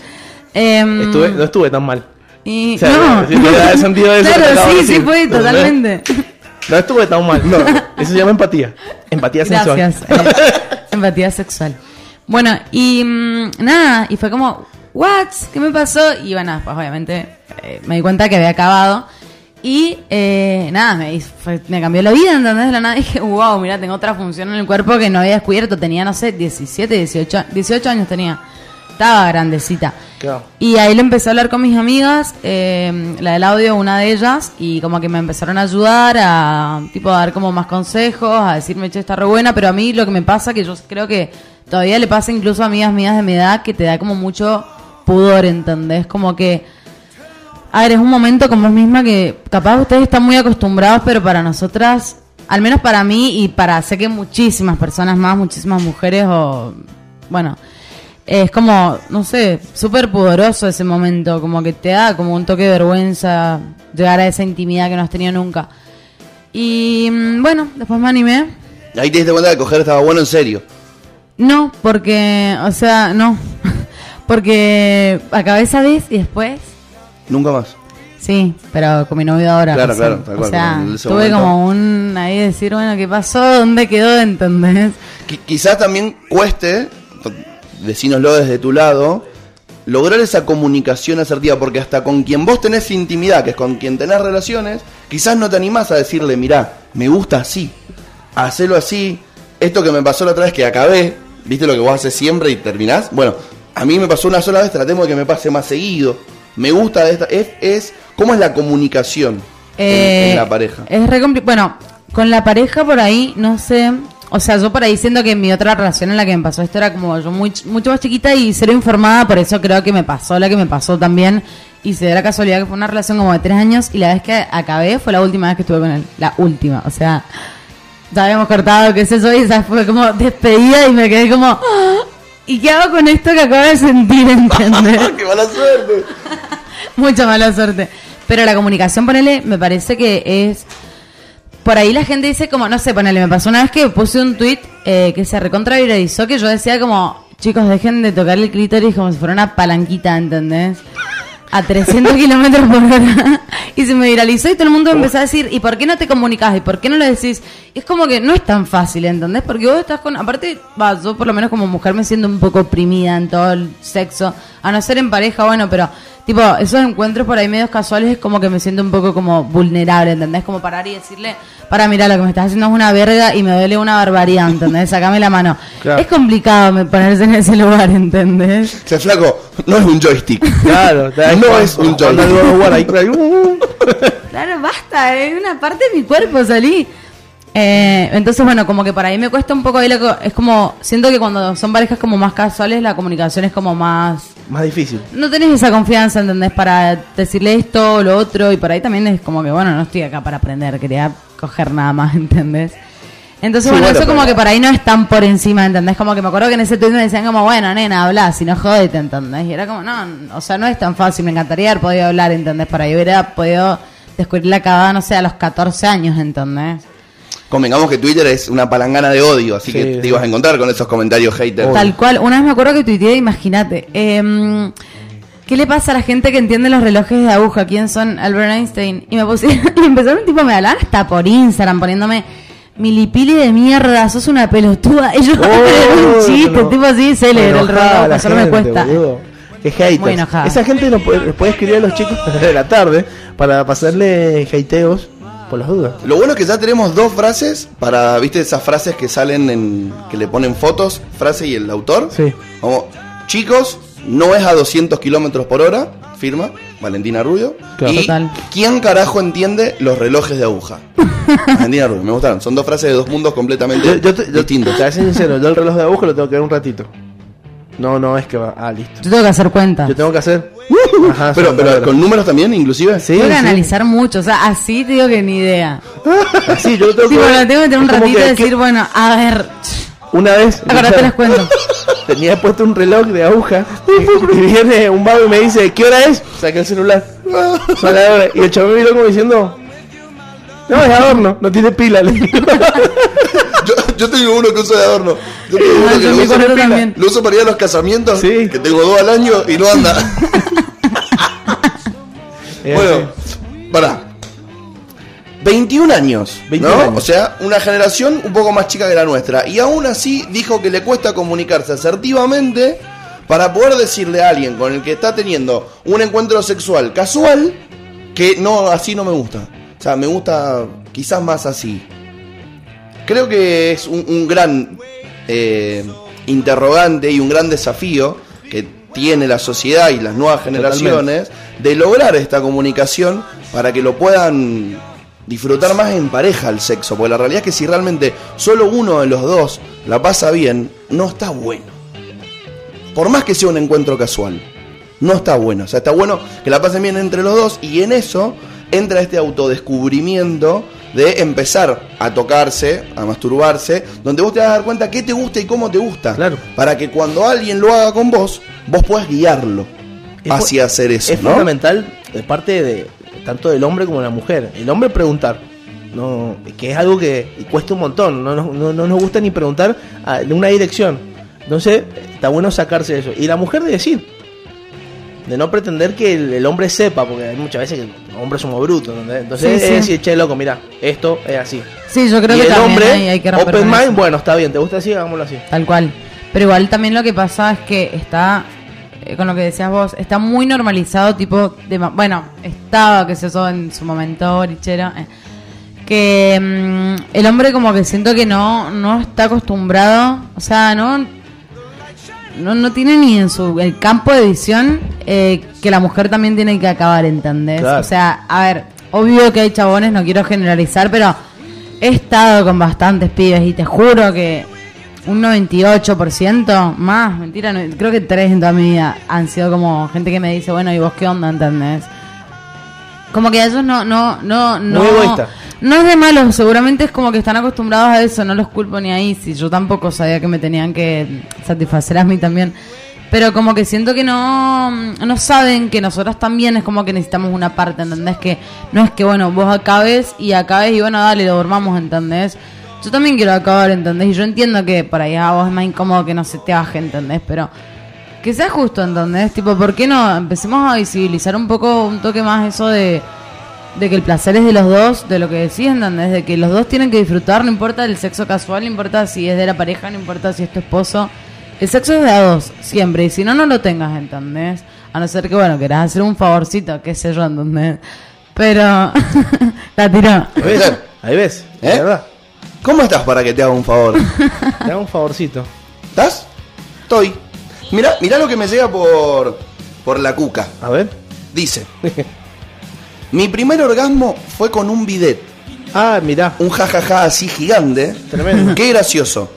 Em, estuve, no estuve tan mal. y O sea, no. si no le da el sentido (laughs) de eso que claro, acabo de sí, decir. sí, fue ¿Entendés? totalmente. No estuve tan mal. Eso se llama empatía. Empatía sensual. Gracias. eh, empatía sexual. Bueno, y mm, nada, y fue como, ¿what? ¿Qué me pasó? Y bueno, después obviamente eh, me di cuenta que había acabado. Y eh, nada, me, hizo- fue- me cambió la vida, ¿entendés? De la nada (laughs) dije, wow, mira, tengo otra función en el cuerpo que no había descubierto. Tenía, no sé, 17, 18, 18 años tenía. Estaba grandecita. Claro. Y ahí le empecé a hablar con mis amigas, eh, la del audio, una de ellas, y como que me empezaron a ayudar, a tipo a dar como más consejos, a decirme, che, está re buena, pero a mí lo que me pasa, que yo creo que todavía le pasa incluso a amigas mías de mi edad, que te da como mucho pudor, ¿entendés? Como que, a ver, es un momento con vos misma que capaz ustedes están muy acostumbrados, pero para nosotras, al menos para mí y para, sé que muchísimas personas más, muchísimas mujeres o, bueno, es como, no sé, súper pudoroso ese momento, como que te da como un toque de vergüenza llegar a esa intimidad que no has tenido nunca. Y mm, bueno, después me animé. Ahí te diste cuenta que coger estaba bueno en serio. No, porque, o sea, no. (laughs) porque acabé esa vez y después, Nunca más. sí, pero con mi novio ahora. Claro, recién. claro, tal cual, O sea, en ese tuve momento. como un ahí decir, bueno, ¿qué pasó? ¿Dónde quedó? (laughs) ¿Entendés? Qui- quizás también cueste, decínoslo desde tu lado, lograr esa comunicación asertiva, porque hasta con quien vos tenés intimidad, que es con quien tenés relaciones, quizás no te animás a decirle, mirá, me gusta así, hacelo así, esto que me pasó la otra vez que acabé, viste lo que vos haces siempre y terminás, bueno, a mí me pasó una sola vez, tratemos de que me pase más seguido, me gusta de esta, es, es cómo es la comunicación en- en, Eh, la pareja. Es re compli- Bueno, con la pareja por ahí, no sé. O sea, yo por ahí siento que mi otra relación en la que me pasó esto era como yo muy, ch- mucho más chiquita y cero informada, por eso creo que me pasó la que me pasó también. Y se da la casualidad que fue una relación como de tres años y la vez que acabé fue la última vez que estuve con él. La última, o sea, ya habíamos cortado, qué sé yo, y esa fue como despedida y me quedé como... "Ah, ¿Y qué hago con esto que acabo de sentir, (laughs) entendés? ¡Qué mala suerte! (laughs) Mucha mala suerte. Pero la comunicación, ponele, me parece que es. Por ahí la gente dice como, no sé, ponele, me pasó una vez que puse un tweet que se recontraviralizó que yo decía como, chicos, dejen de tocar el clítoris como si fuera una palanquita, ¿entendés? A 300 (laughs) kilómetros por hora. Y se me viralizó y todo el mundo empezó a decir, ¿y por qué no te comunicas? ¿Y por qué no lo decís? Y es como que no es tan fácil, ¿entendés? Porque vos estás con. Aparte, va, yo por lo menos como mujer me siento un poco oprimida en todo el sexo. A no ser en pareja, bueno, pero Tipo, esos encuentros por ahí medios casuales es como que me siento un poco como vulnerable, ¿entendés? Como parar y decirle, para mira, lo que me estás haciendo es una verga y me duele una barbaridad, ¿entendés? Sacame la mano. Claro. Es complicado me- ponerse en ese lugar, ¿entendés? O sea, flaco, no es un joystick. Claro, No es un Cuando joystick. el God of War ahí, claro, uh, Claro, basta, es una parte de mi cuerpo, salí. Eh, entonces, bueno, como que para mí me cuesta un poco ahí lo que- Es como, siento que cuando son parejas como más casuales, la comunicación es como más... más difícil. no tenés esa confianza, ¿entendés? Para decirle esto o lo otro. Y por ahí también es como que, bueno, no estoy acá para aprender, quería coger nada más, (laughs) ¿entendés? Entonces, Sí, bueno, bueno, eso como pero- que por ahí no es tan por encima, ¿entendés? Como que me acuerdo que en ese tweet me decían como, bueno, nena, habla, si no jodete, ¿entendés? Y era como, no, o sea, no es tan fácil, me encantaría haber podido hablar, ¿entendés? Por ahí hubiera podido descubrir la cagada, no sé, a los 14 años, ¿entendés? Convengamos que Twitter es una palangana de odio, así que Sí. te ibas a encontrar con esos comentarios haters. Tal cual. Una vez me acuerdo que tuiteé, imagínate. em, ¿Qué le pasa a la gente que entiende los relojes de aguja? ¿Quién son Albert Einstein? Y me pusieron, (laughs) y empezaron tipo, me hablaban hasta por Instagram poniéndome. Milipili de mierda, sos una pelotuda. (laughs) Y yo era un chiste, no. tipo así, célebre el Enojada reloj, la eso no me gente, cuesta. boludo. Es haters. Muy enojada. Esa gente nos puede, puede escribir a los chicos (laughs) de la tarde para pasarle hateos por las dudas. Lo bueno es que ya tenemos dos frases para, viste, esas frases que salen en. que le ponen fotos, frase y el autor. Sí. Como, chicos, no es a 200 kilómetros por hora, firma Valentina Rubio. Claro. Y, Total. ¿quién carajo entiende los relojes de (laughs) aguja? Valentina Rubio, me gustaron. Son dos frases de dos mundos completamente Yo, yo te, yo- distintos. te voy a ser sincero, yo el reloj de aguja lo tengo que ver un ratito. No, no, es que va. Ah, listo. Yo tengo que hacer cuenta. Yo tengo que hacer. Uh. Ajá, Pero, son palabras. pero con números también, inclusive. (laughs) Sí, Tengo que sí. analizar mucho, o sea, así te digo que ni idea. Sí, yo lo tengo Sí, que ver. bueno, tengo que tener un Es como ratito y que- decir, bueno, a ver, Una vez. ahora te las cuento. (laughs) Tenía puesto un reloj de (laughs) aguja y viene un vago y me dice, ¿qué hora es? Saqué el celular. Son las horas. Y el chabón me miró como diciendo, no, es adorno, no tiene pila. le digo. Yo, yo tengo uno que uso de adorno. Yo tengo uno Ah, que yo lo me uso- acuerdo también. Lo uso para ir a los casamientos, Sí. que tengo dos al año y no anda. Eh, bueno, pará. 21 años, 21 ¿no? años. O sea, una generación un poco más chica que la nuestra. Y aún así dijo que le cuesta comunicarse asertivamente para poder decirle a alguien con el que está teniendo un encuentro sexual casual que no, así no me gusta. O sea, me gusta quizás más así. Creo que es un, un gran eh, interrogante y un gran desafío que tiene la sociedad y las nuevas generaciones de lograr esta comunicación para que lo puedan disfrutar más en pareja el sexo. Porque la realidad es que si realmente solo uno de los dos la pasa bien, no está bueno. Por más que sea un encuentro casual, no está bueno. O sea, está bueno que la pasen bien entre los dos y en eso entra este autodescubrimiento de empezar a tocarse, a masturbarse, donde vos te vas a dar cuenta qué te gusta y cómo te gusta. Claro. Para que cuando alguien lo haga con vos, vos puedas guiarlo Es fu- hacia hacer eso. es ¿no? fundamental de parte de tanto del hombre como de la mujer. El hombre preguntar, no, que es algo que cuesta un montón. No, nos- no- no nos gusta ni preguntar a- de una dirección. Entonces, está bueno sacarse de eso. Y la mujer de decir, de no pretender que el, el hombre sepa, porque hay muchas veces que los hombres somos brutos. ¿entendés? Entonces, Sí, sí. es decir, che, loco, mira, esto es así. Sí, yo creo y que el también hombre, hay, hay que romper open con mind, eso. bueno, está bien, ¿te gusta así? Hagámoslo así. Tal cual. Pero igual también lo que pasa es que está, eh, con lo que decías vos, está muy normalizado, tipo, de, ma- bueno, estaba, que se eso, en su momento, Richero, eh, que mm, el hombre como que siento que no, no está acostumbrado, o sea, no, no, no tiene ni en su el campo de visión eh, que la mujer también tiene que acabar, ¿entendés? Claro. O sea, a ver, obvio que hay chabones, no quiero generalizar, pero he estado con bastantes pibes y te juro que un 98% más, mentira, no- creo que tres en toda mi vida han sido como gente que me dice, bueno, ¿y vos qué onda, entendés? Como que a ellos no, no, no, no. Muy egoísta. No es de malo, seguramente es como que están acostumbrados a eso, no los culpo ni ahí, si yo tampoco sabía que me tenían que satisfacer a mí también. Pero como que siento que no, no saben que nosotros también es como que necesitamos una parte, ¿entendés? Que no es que, bueno, vos acabes y acabes y bueno, dale, lo dormamos, ¿entendés? Yo también quiero acabar, ¿entendés? Y yo entiendo que para allá vos es más incómodo que no se te baje, ¿entendés? Pero que sea justo, ¿entendés? Tipo, ¿por qué no empecemos a visibilizar un poco, un toque más eso de, de que el placer es de los dos, de lo que decís, ¿entendés? De que los dos tienen que disfrutar, no importa el sexo casual, no importa si es de la pareja, no importa si es tu esposo. El sexo es de a dos, siempre, y si no, no lo tengas, ¿entendés? A no ser que, bueno, querás hacer un favorcito, qué sé yo, ¿entendés? Pero... (laughs) la tiró. Ahí ves, ahí ves, ¿Eh? la verdad. ¿Cómo estás para que te haga un favor? Te hago un favorcito. ¿Estás? Estoy. Mirá, mirá lo que me llega por, por la cuca. A (laughs) ver. Dice, mi primer orgasmo fue con un bidet. ah, mirá. un jajaja así gigante. Tremendo. Qué gracioso.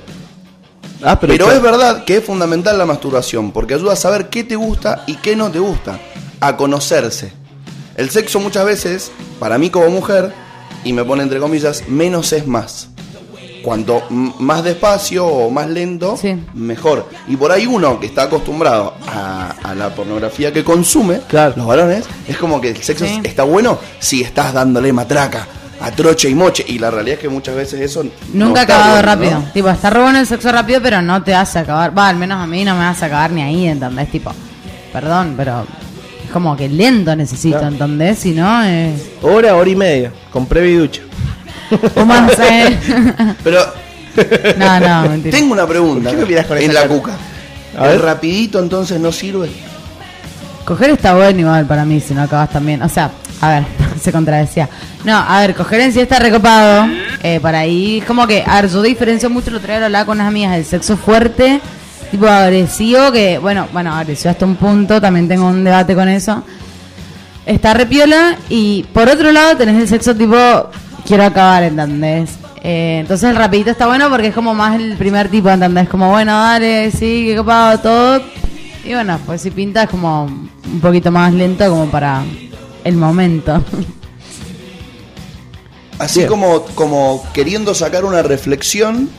Ah, Pero, es verdad que es fundamental la masturbación, porque ayuda a saber qué te gusta y qué no te gusta, a conocerse. El sexo muchas veces, para mí como mujer, y me pone entre comillas, menos es más. Cuanto m- más despacio o más lento, Sí. mejor. Y por ahí uno que está acostumbrado a, a la pornografía que consume, Claro. los varones, es como que el sexo Sí. está bueno si estás dándole matraca a troche y moche. Y la realidad es que muchas veces eso. Nunca no está ha acabado bueno, rápido. ¿no? Tipo, está re bueno el sexo rápido, pero no te hace acabar. Va, al menos a mí no me hace acabar ni ahí, ¿entendés? Tipo, perdón, pero es como que lento necesito, ¿entendés? Si no, es... Hora, hora y media, con previa y ducha. O más, ¿eh? (laughs) Pero no, no, mentira. tengo una pregunta. ¿Por qué me mirás con en esa la cara? cuca. A ver. ¿El rapidito entonces no sirve? Coger está bueno igual para mí, si no acabas también. O sea, a ver, (laughs) se contradecía. No, a ver, coger en sí está recopado. eh, para ahí, como que, a ver, yo diferencio mucho, lo otro día lo hablaba con unas amigas, el sexo fuerte, tipo agresivo, que, bueno, bueno, agresivo hasta un punto, también tengo un debate con eso. Está repiola y por otro lado tenés el sexo tipo, quiero acabar, ¿entendés? Eh, entonces el rapidito está bueno porque es como más el primer tipo, ¿entendés? Como, bueno, dale, sí, que copado, todo. Y bueno, pues si pinta es como un poquito más lento como para el momento. (laughs) Así Bien. como, como queriendo sacar una reflexión,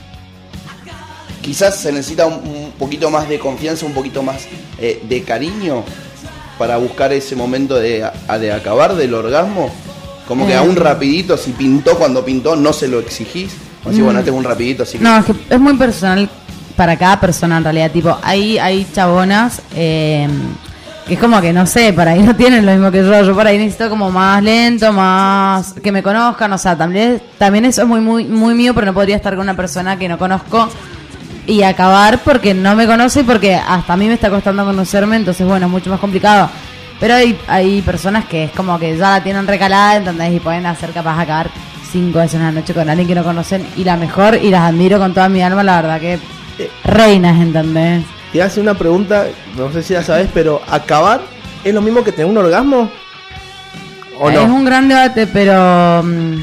quizás se necesita un, un poquito más de confianza, un poquito más eh, de cariño para buscar ese momento de, a- de acabar del orgasmo. Como que a Mm. un rapidito, si pintó cuando pintó, no se lo exigís. O así, Mm. bueno, este es un rapidito, así que... No, es que es muy personal para cada persona en realidad. Tipo, hay, hay chabonas eh, que es como que no sé, para ahí no tienen lo mismo que yo. Yo por ahí necesito como más lento, más que me conozcan. O sea, también, también eso es muy, muy, muy mío, pero no podría estar con una persona que no conozco y acabar porque no me conoce y porque hasta a mí me está costando conocerme. Entonces, bueno, es mucho más complicado. Pero hay, hay personas que es como que ya la tienen recalada, ¿entendés? Y pueden hacer capaz de acabar cinco veces en la noche con alguien que no conocen y la mejor y las admiro con toda mi alma, la verdad que reinas, ¿entendés? Te hace una pregunta, no sé si la sabes, pero ¿acabar es lo mismo que tener un orgasmo? ¿O Es no? un gran debate, pero... mm,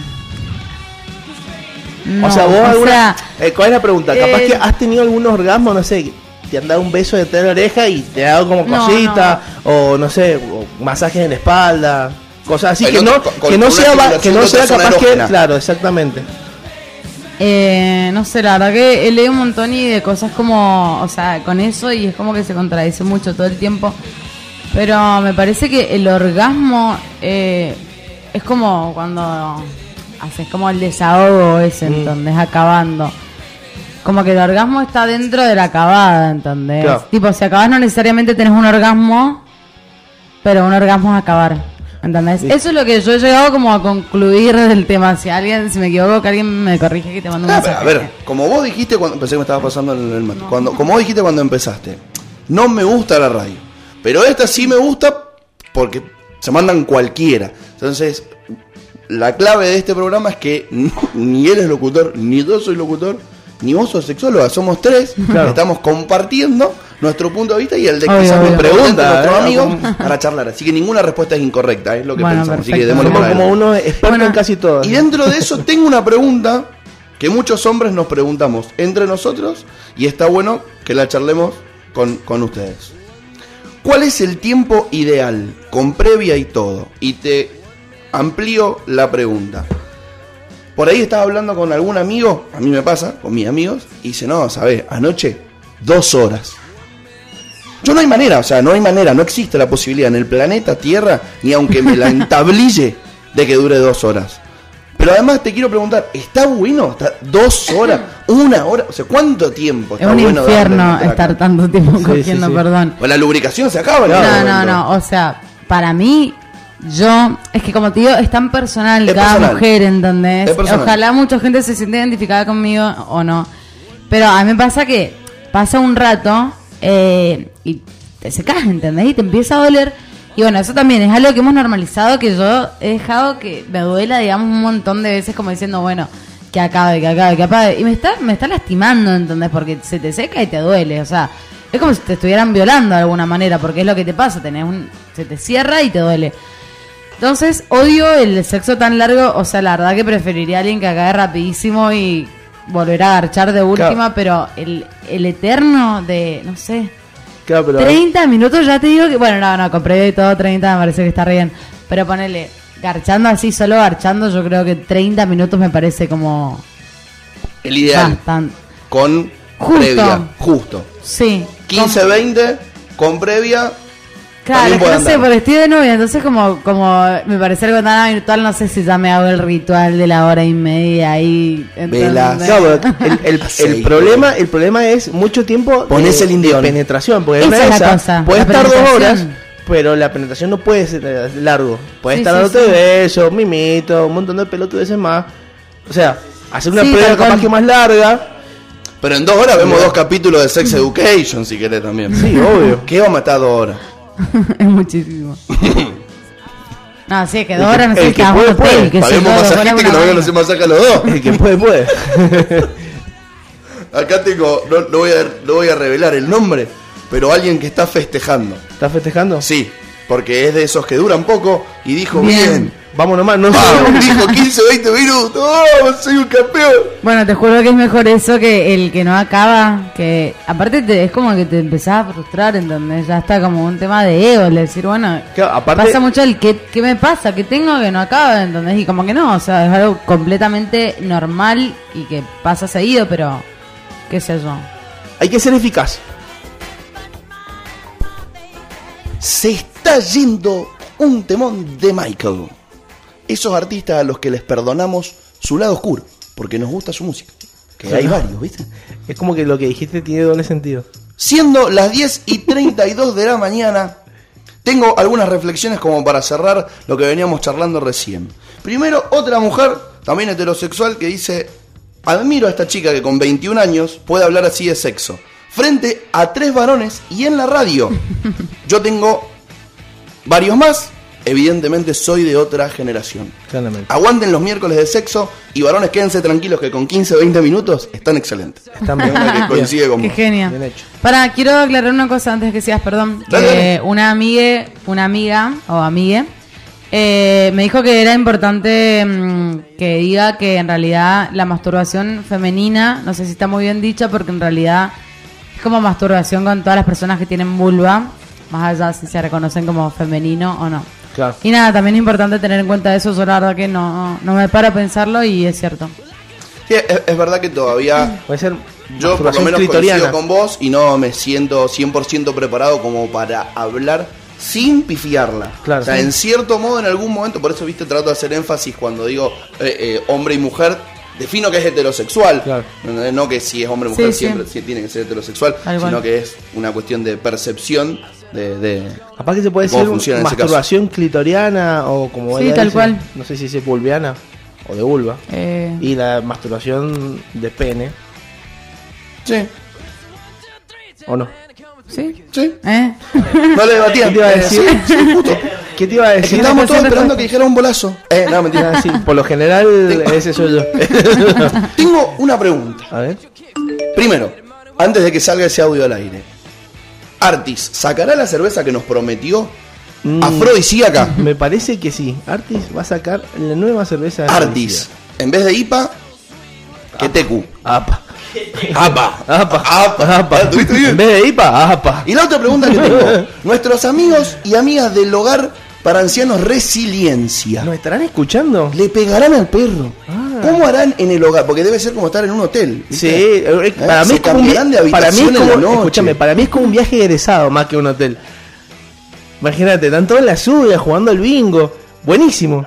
o sea, no, vos o alguna. sea, eh, ¿Cuál es la pregunta? Capaz eh, que has tenido algún orgasmo, no sé, te han dado un beso de la oreja y te ha dado como No, cosita, o no sé, o masajes en la espalda, cosas así El que otro no, con- que con no una sea va- que no estimulación sea de otra capaz que. zona Claro, exactamente. Eh, no sé, la verdad que he leído un montón y de cosas como, o sea, con eso y es como que se contradice mucho todo el tiempo. Pero me parece que el orgasmo eh, es como cuando haces como el desahogo ese, ¿entendés? Acabando. Como que el orgasmo está dentro de la acabada, ¿entendés? Claro. Tipo, si acabas no necesariamente tenés un orgasmo, pero un orgasmo es acabar. ¿Entendés? Eso es lo que yo he llegado como a concluir del tema. Si alguien, si me equivoco, que alguien me corrige que te mando un Ah, pero, mensaje. a ver, como vos dijiste cuando. Pensé que me estabas pasando en el mate. Cuando, como vos dijiste cuando empezaste, no me gusta la radio. Pero esta sí me gusta porque se mandan cualquiera. Entonces, la clave de este programa es que ni él es locutor, ni yo soy locutor, ni vos sos sexóloga. Somos tres, Claro. estamos compartiendo nuestro punto de vista y el de Obvio, quizás nos obvio. pregunta nuestro Pregunta, amigo ¿eh? para charlar. Así que ninguna respuesta es incorrecta, ¿eh? es lo que Bueno, pensamos. Así que perfecto. démosle Somos para como adelante. uno experto Bueno, en casi todo. Y dentro de eso tengo una pregunta que muchos hombres nos preguntamos entre nosotros y está bueno que la charlemos con, con ustedes. ¿Cuál es el tiempo ideal con previa y todo? Y te amplío la pregunta. Por ahí estaba hablando con algún amigo, a mí me pasa, con mis amigos, y dice, no, sabes, anoche dos horas. Yo no hay manera, o sea, no hay manera, no existe la posibilidad en el planeta Tierra, ni aunque me la entablille, de que dure dos horas. Pero además te quiero preguntar, ¿está bueno? ¿Está dos horas? ¿Una hora? O sea, ¿cuánto tiempo Es está un bueno darle infierno la traca? estar tanto tiempo Sí, cogiendo, sí, sí. perdón. O la lubricación se acaba, No, No, algún no, momento. no. O sea, para mí, yo, es que como te digo, es tan personal Es cada personal. mujer, ¿entendés? Es personal. Ojalá mucha gente se sienta identificada conmigo o no. Pero a mí me pasa que pasa un rato eh, y te secas, ¿entendés? Y te empieza a doler. Y bueno, eso también es algo que hemos normalizado, que yo he dejado que me duela, digamos, un montón de veces como diciendo, bueno, que acabe, que acabe, que acabe. Y me está, me está lastimando, ¿entendés? Porque se te seca y te duele, o sea, es como si te estuvieran violando de alguna manera, porque es lo que te pasa, tenés un, se te cierra y te duele. Entonces, odio el sexo tan largo. O sea, la verdad que preferiría a alguien que acabe rapidísimo y volver a agarchar de última, pero el, el eterno de, no sé, Claro, pero. 30 minutos ya te digo que, bueno, no, no, compré de todo 30, me parece que está re bien. Pero ponele, garchando así, solo garchando, yo creo que 30 minutos me parece como El ideal. bastante. Con Justo. previa. Justo. Sí. 15, 20 con previa. Claro, es También que puede no sé, andar. porque estoy de novia, entonces como, como me parece algo tan virtual, no sé si ya me hago el ritual de la hora y media ahí. Velas. ¿entendés? Claro, pero (laughs) el, (laughs) el- el Aceite. problema, el problema es mucho tiempo Ponés de, el indión. de penetración. Porque Esa una de es la esas, cosa, Puedes la estar dos horas, penetración. pero la penetración no puede ser eh, largo. Puedes Sí, estar sí, dándote sí. besos, mimito, un montón de pelotudeces más. O sea, hacer una Sí, prueba tal capaz cual. que más larga. Pero en dos horas vemos dos capítulos de Sex Education, si querés también. Sí, obvio. ¿Qué vamos a estar dos horas? (coughs) es muchísimo. no, sí, es que dos El que- horas no sé, el que cada uno puede, puede. hotel, que se Paguemos masajista que todavía no se masaja los dos. El que puede, puede. Acá tengo, no, no voy a, no voy a revelar el nombre, pero alguien que está festejando. ¿Estás festejando? Sí, porque es de esos que duran poco y dijo, Bien. bien, Vamos nomás, no vamos, dijo 15, 20 minutos, ¡oh, soy un campeón! Bueno, te juro que es mejor eso que el que no acaba, que aparte te- es como que te empezás a frustrar, ¿entendés? Ya está como un tema de ego, el decir, bueno, (laughs) Claro, aparte- pasa mucho el que, que me pasa, que tengo que no acaba, ¿entendés? Y como que no, o sea, es algo completamente normal y que pasa seguido, pero qué sé yo. Hay que ser eficaz. Se está yendo un temón de Michael. Esos artistas a los que les perdonamos su lado oscuro, porque nos gusta su música. Que hay varios, ¿viste? Es como que lo que dijiste tiene doble sentido. Siendo las 10 y 32 de la mañana, tengo algunas reflexiones como para cerrar lo que veníamos charlando recién. Primero, otra mujer, también heterosexual, que dice, admiro a esta chica que con 21 años puede hablar así de sexo, frente a tres varones y en la radio. Yo tengo varios más, evidentemente soy de otra generación. Claramente. Aguanten los miércoles de sexo y varones quédense tranquilos que con 15 o 20 minutos están (laughs) excelentes. Está Es bien. Ah, una que coincide con Qué vos. genio. Bien hecho. Para, quiero aclarar una cosa antes que sigas, perdón. Dale, Eh, dale. Una amiga, una amiga o amigue, eh, me dijo que era importante mm, que diga que en realidad la masturbación femenina, no sé si está muy bien dicha, porque en realidad es como masturbación con todas las personas que tienen vulva, más allá si se reconocen como femenino o no. Claro. Y nada, también es importante tener en cuenta eso, yo la verdad que no, no me para pensarlo y es cierto. Sí, es, es verdad que todavía Puede ser yo por lo masturbación menos clitoriana. coincido con vos y no me siento 100% preparado como para hablar sin pifiarla. Claro, o sea, sí. en cierto modo, en algún momento, por eso viste trato de hacer énfasis cuando digo eh, eh, hombre y mujer, defino que es heterosexual. Claro. No, no que si es hombre o Sí, mujer sí. siempre sí tiene que ser heterosexual, Tal sino cual. que es una cuestión de percepción de- de, Capaz que se puede ¿Cómo decir funciona en ese masturbación clitoriana o como Sí, ella tal dice, cual. No sé si es vulviana o de vulva. Eh, Y la masturbación de pene, Sí, ¿o no? ¿Sí? sí. ¿Eh? No le debatía. ¿Qué te iba a Eh, decir? sí, sí, (laughs) justo. ¿Qué te iba a Es que decir? estábamos todos esperando que respuesta. dijera un bolazo. Eh, no, mentira. Ah, sí, por (laughs) lo general, ese soy yo. Tengo una pregunta. A ver. Primero, antes de que salga ese audio al aire. Artis, ¿sacará la cerveza que nos prometió? (laughs) Mm, Afrodisíaca. Me parece que sí. Artis va a sacar la nueva cerveza. de Artis. En vez de IPA, que tecu. Apa. (laughs) APA. Apa. APA. Apa. Ah, ¿tuviste bien? En vez de IPA, apa. Y la otra (laughs) pregunta que tengo. Nuestros amigos y amigas del hogar para ancianos Resiliencia. ¿Nos estarán escuchando? Le pegarán al perro. ¿Cómo harán en el hogar? Porque debe ser como estar en un hotel. Sí, ¿viste? eh, para, ¿Eh? mí Se es como un vi- cambiarán de para mí habitación es en la como, noche. escúchame, para mí es como un viaje egresado más que un hotel. Imagínate, están todos en la suya jugando al bingo. Buenísimo.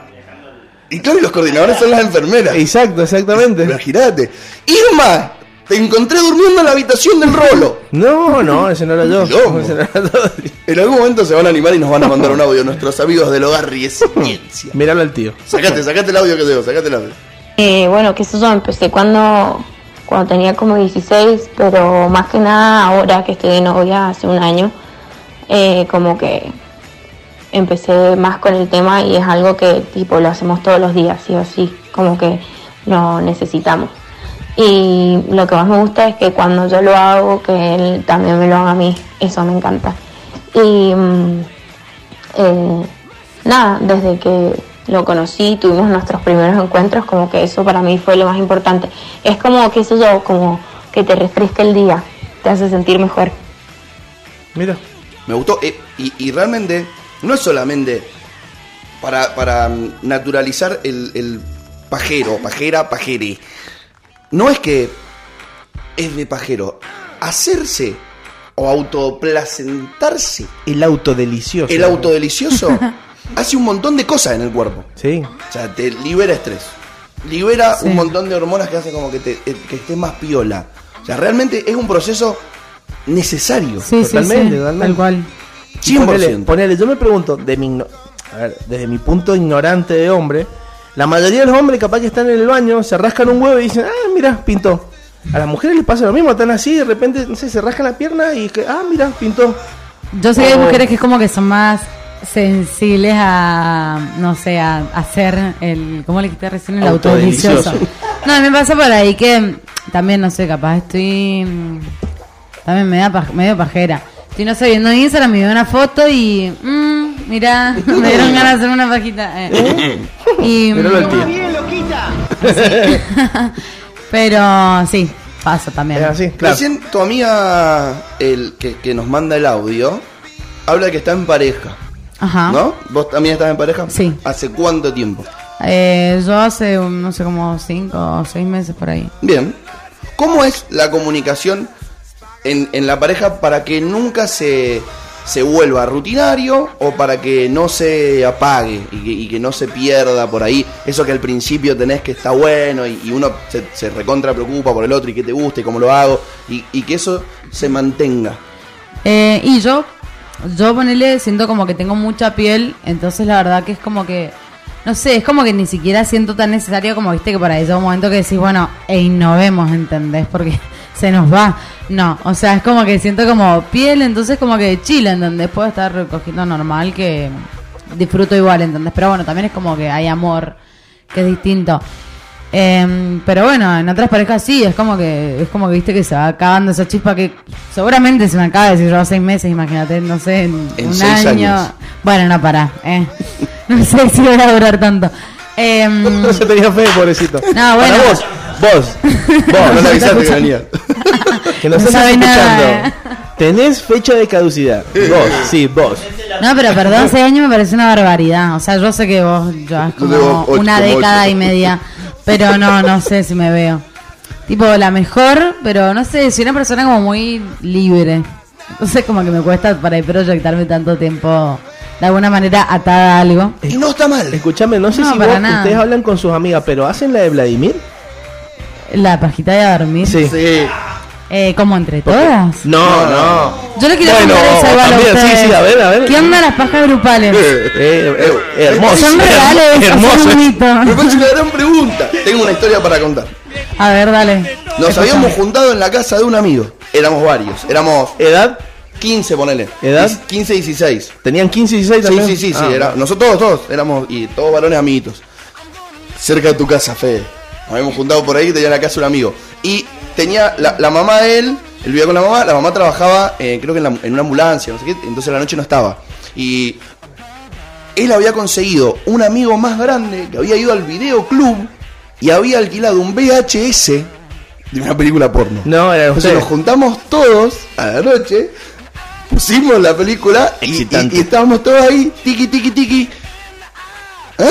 Y claro, y los coordinadores son las enfermeras. Exacto, exactamente. Imagínate. Irma, te encontré durmiendo en la habitación del rolo. No, no, ese no era yo. Lomo. Ese no era yo. (laughs) En algún momento se van a animar y nos van a mandar un audio nuestros amigos del hogar Resiliencia. Miralo al tío. Sacate, sacate el audio que tengo, sacate el audio. Eh, bueno, qué sé yo, empecé cuando, cuando tenía como 16, pero más que nada ahora que estoy de novia hace un año, eh, como que empecé más con el tema y es algo que tipo lo hacemos todos los días, sí o sí, como que lo necesitamos. Y lo que más me gusta es que cuando yo lo hago, que él también me lo haga a mí, eso me encanta. Y mm, eh, nada, desde que lo conocí, tuvimos nuestros primeros encuentros, como que eso para mí fue lo más importante. Es como, qué sé yo, como que te refresca el día, te hace sentir mejor. Mira. Me gustó. eh, y, y realmente, no es solamente para, para mm, naturalizar el, el pajero, pajera, pajere. No es que es de pajero. Hacerse o autoplacentarse, El auto delicioso. el autodelicioso hace un montón de cosas en el cuerpo. Sí. O sea, te libera estrés. Libera Sí. un montón de hormonas que hacen como que, te, eh, que estés más piola. O sea, realmente es un proceso necesario. Sí, sí, sí, Totalmente, totalmente. tal cual. Y Ponele, 100%. ponele, yo me pregunto, de mi igno- a ver, desde mi punto ignorante de hombre, la mayoría de los hombres capaz que están en el baño, se rascan un huevo y dicen, ah, mira, pintó. A las mujeres les pasa lo mismo, están así, de repente, no sé, se rascan la pierna y que, ah, mira, pintó. Yo sé que hay Oh. mujeres que es como que son más sensibles a, no sé, a hacer el, ¿cómo le quité recién? El Autodelicioso. autodelicioso. No, a mí me pasa por ahí que mm, también, no sé, capaz estoy, mm, también me da paj- medio pajera. Estoy, no sé, viendo Instagram, me veo una foto y, mmm, mirá, (laughs) me dieron ganas de hacer una pajita. eh. (laughs) Y, mm, Míralo al tío. (laughs) pero sí, pasa también. Es así, claro. Recién tu amiga el que, que nos manda el audio habla que está en pareja, Ajá. ¿no? ¿Vos también estás en pareja? Ah. Sí. ¿Hace cuánto tiempo? Eh, yo hace, um, no sé, como cinco o seis meses por ahí. Bien. ¿Cómo es la comunicación en, en la pareja para que nunca se, se vuelva rutinario o para que no se apague y que, y que no se pierda por ahí? Eso que al principio tenés que está bueno y, y uno se, se recontra preocupa por el otro y que te guste y cómo lo hago y, y que eso se mantenga. Eh, y yo, yo ponele, siento como que tengo mucha piel, entonces la verdad que es como que, no sé, es como que ni siquiera siento tan necesario como viste que para eso un momento que decís, bueno, e innovemos, ¿entendés? Porque (laughs) se nos va. No, o sea, es como que siento como piel, entonces como que chila, ¿entendés? Puedo estar recogiendo normal que disfruto igual, ¿entendés? Pero bueno, también es como que hay amor, que es distinto. Em, pero bueno, en otras parejas sí, es como que es como que viste que se va acabando esa chispa que seguramente se me acaba de decir lleva seis meses, imagínate, no sé, en, En un seis año. años. Bueno, no pará, eh. (laughs) no sé si va a durar tanto. Em, (laughs) No (laughs) se tenía fe, pobrecito. No, bueno. Para vos, vos, (laughs) Vos, no le está avisaste que escuchando. venía. que nos No estás sabe escuchando. nada, eh. Tenés fecha de caducidad. Vos, sí, vos. no, (laughs) pero perdón, seis años me parece una barbaridad. O sea, yo sé que vos ya es Yo como llevo ocho, una como década ocho. y media, pero no, no sé si me veo. Tipo, la mejor, pero no sé, soy una persona como muy libre. Entonces como que me cuesta para ahí proyectarme tanto tiempo de alguna manera atada a algo. Y no está mal. Escuchame, no sé No, si para vos- nada. ustedes hablan con sus amigas, pero ¿hacen la de Vladimir? La pajita de dormir. Sí. Sí. Eh, como entre todas. No, no. Yo le quiero Bueno, preguntar eso igual a también, sí, ustedes. sí, a ver, a ver. ¿Qué onda las pajas grupales? Eh, eh, hermoso. (laughs) Son reales, son un Me mito. parece una gran pregunta. Tengo una historia para contar. (laughs) A ver, dale. Nos habíamos juntado en la casa de un amigo. Éramos varios. Éramos ¿Edad? 15, ponele. ¿Edad? 15, 16. ¿Tenían 15 y 16 Sí, también? sí, sí, sí. Ah, era- nosotros todos, todos éramos y todos varones amiguitos. Cerca de tu casa, Fede. Nos habíamos juntado por ahí tenía la casa un amigo. Y tenía la, la mamá de él, él vivía con la mamá, la mamá trabajaba, eh, creo que en, la- en una ambulancia, no sé qué, entonces a la noche no estaba. Y él había conseguido un amigo más grande que había ido al videoclub y había alquilado un VHS de una película porno. No, era Entonces usted. nos juntamos todos a la noche, pusimos la película y- y, Excitante. y estábamos todos ahí, tiki, tiki, tiki, ¿eh?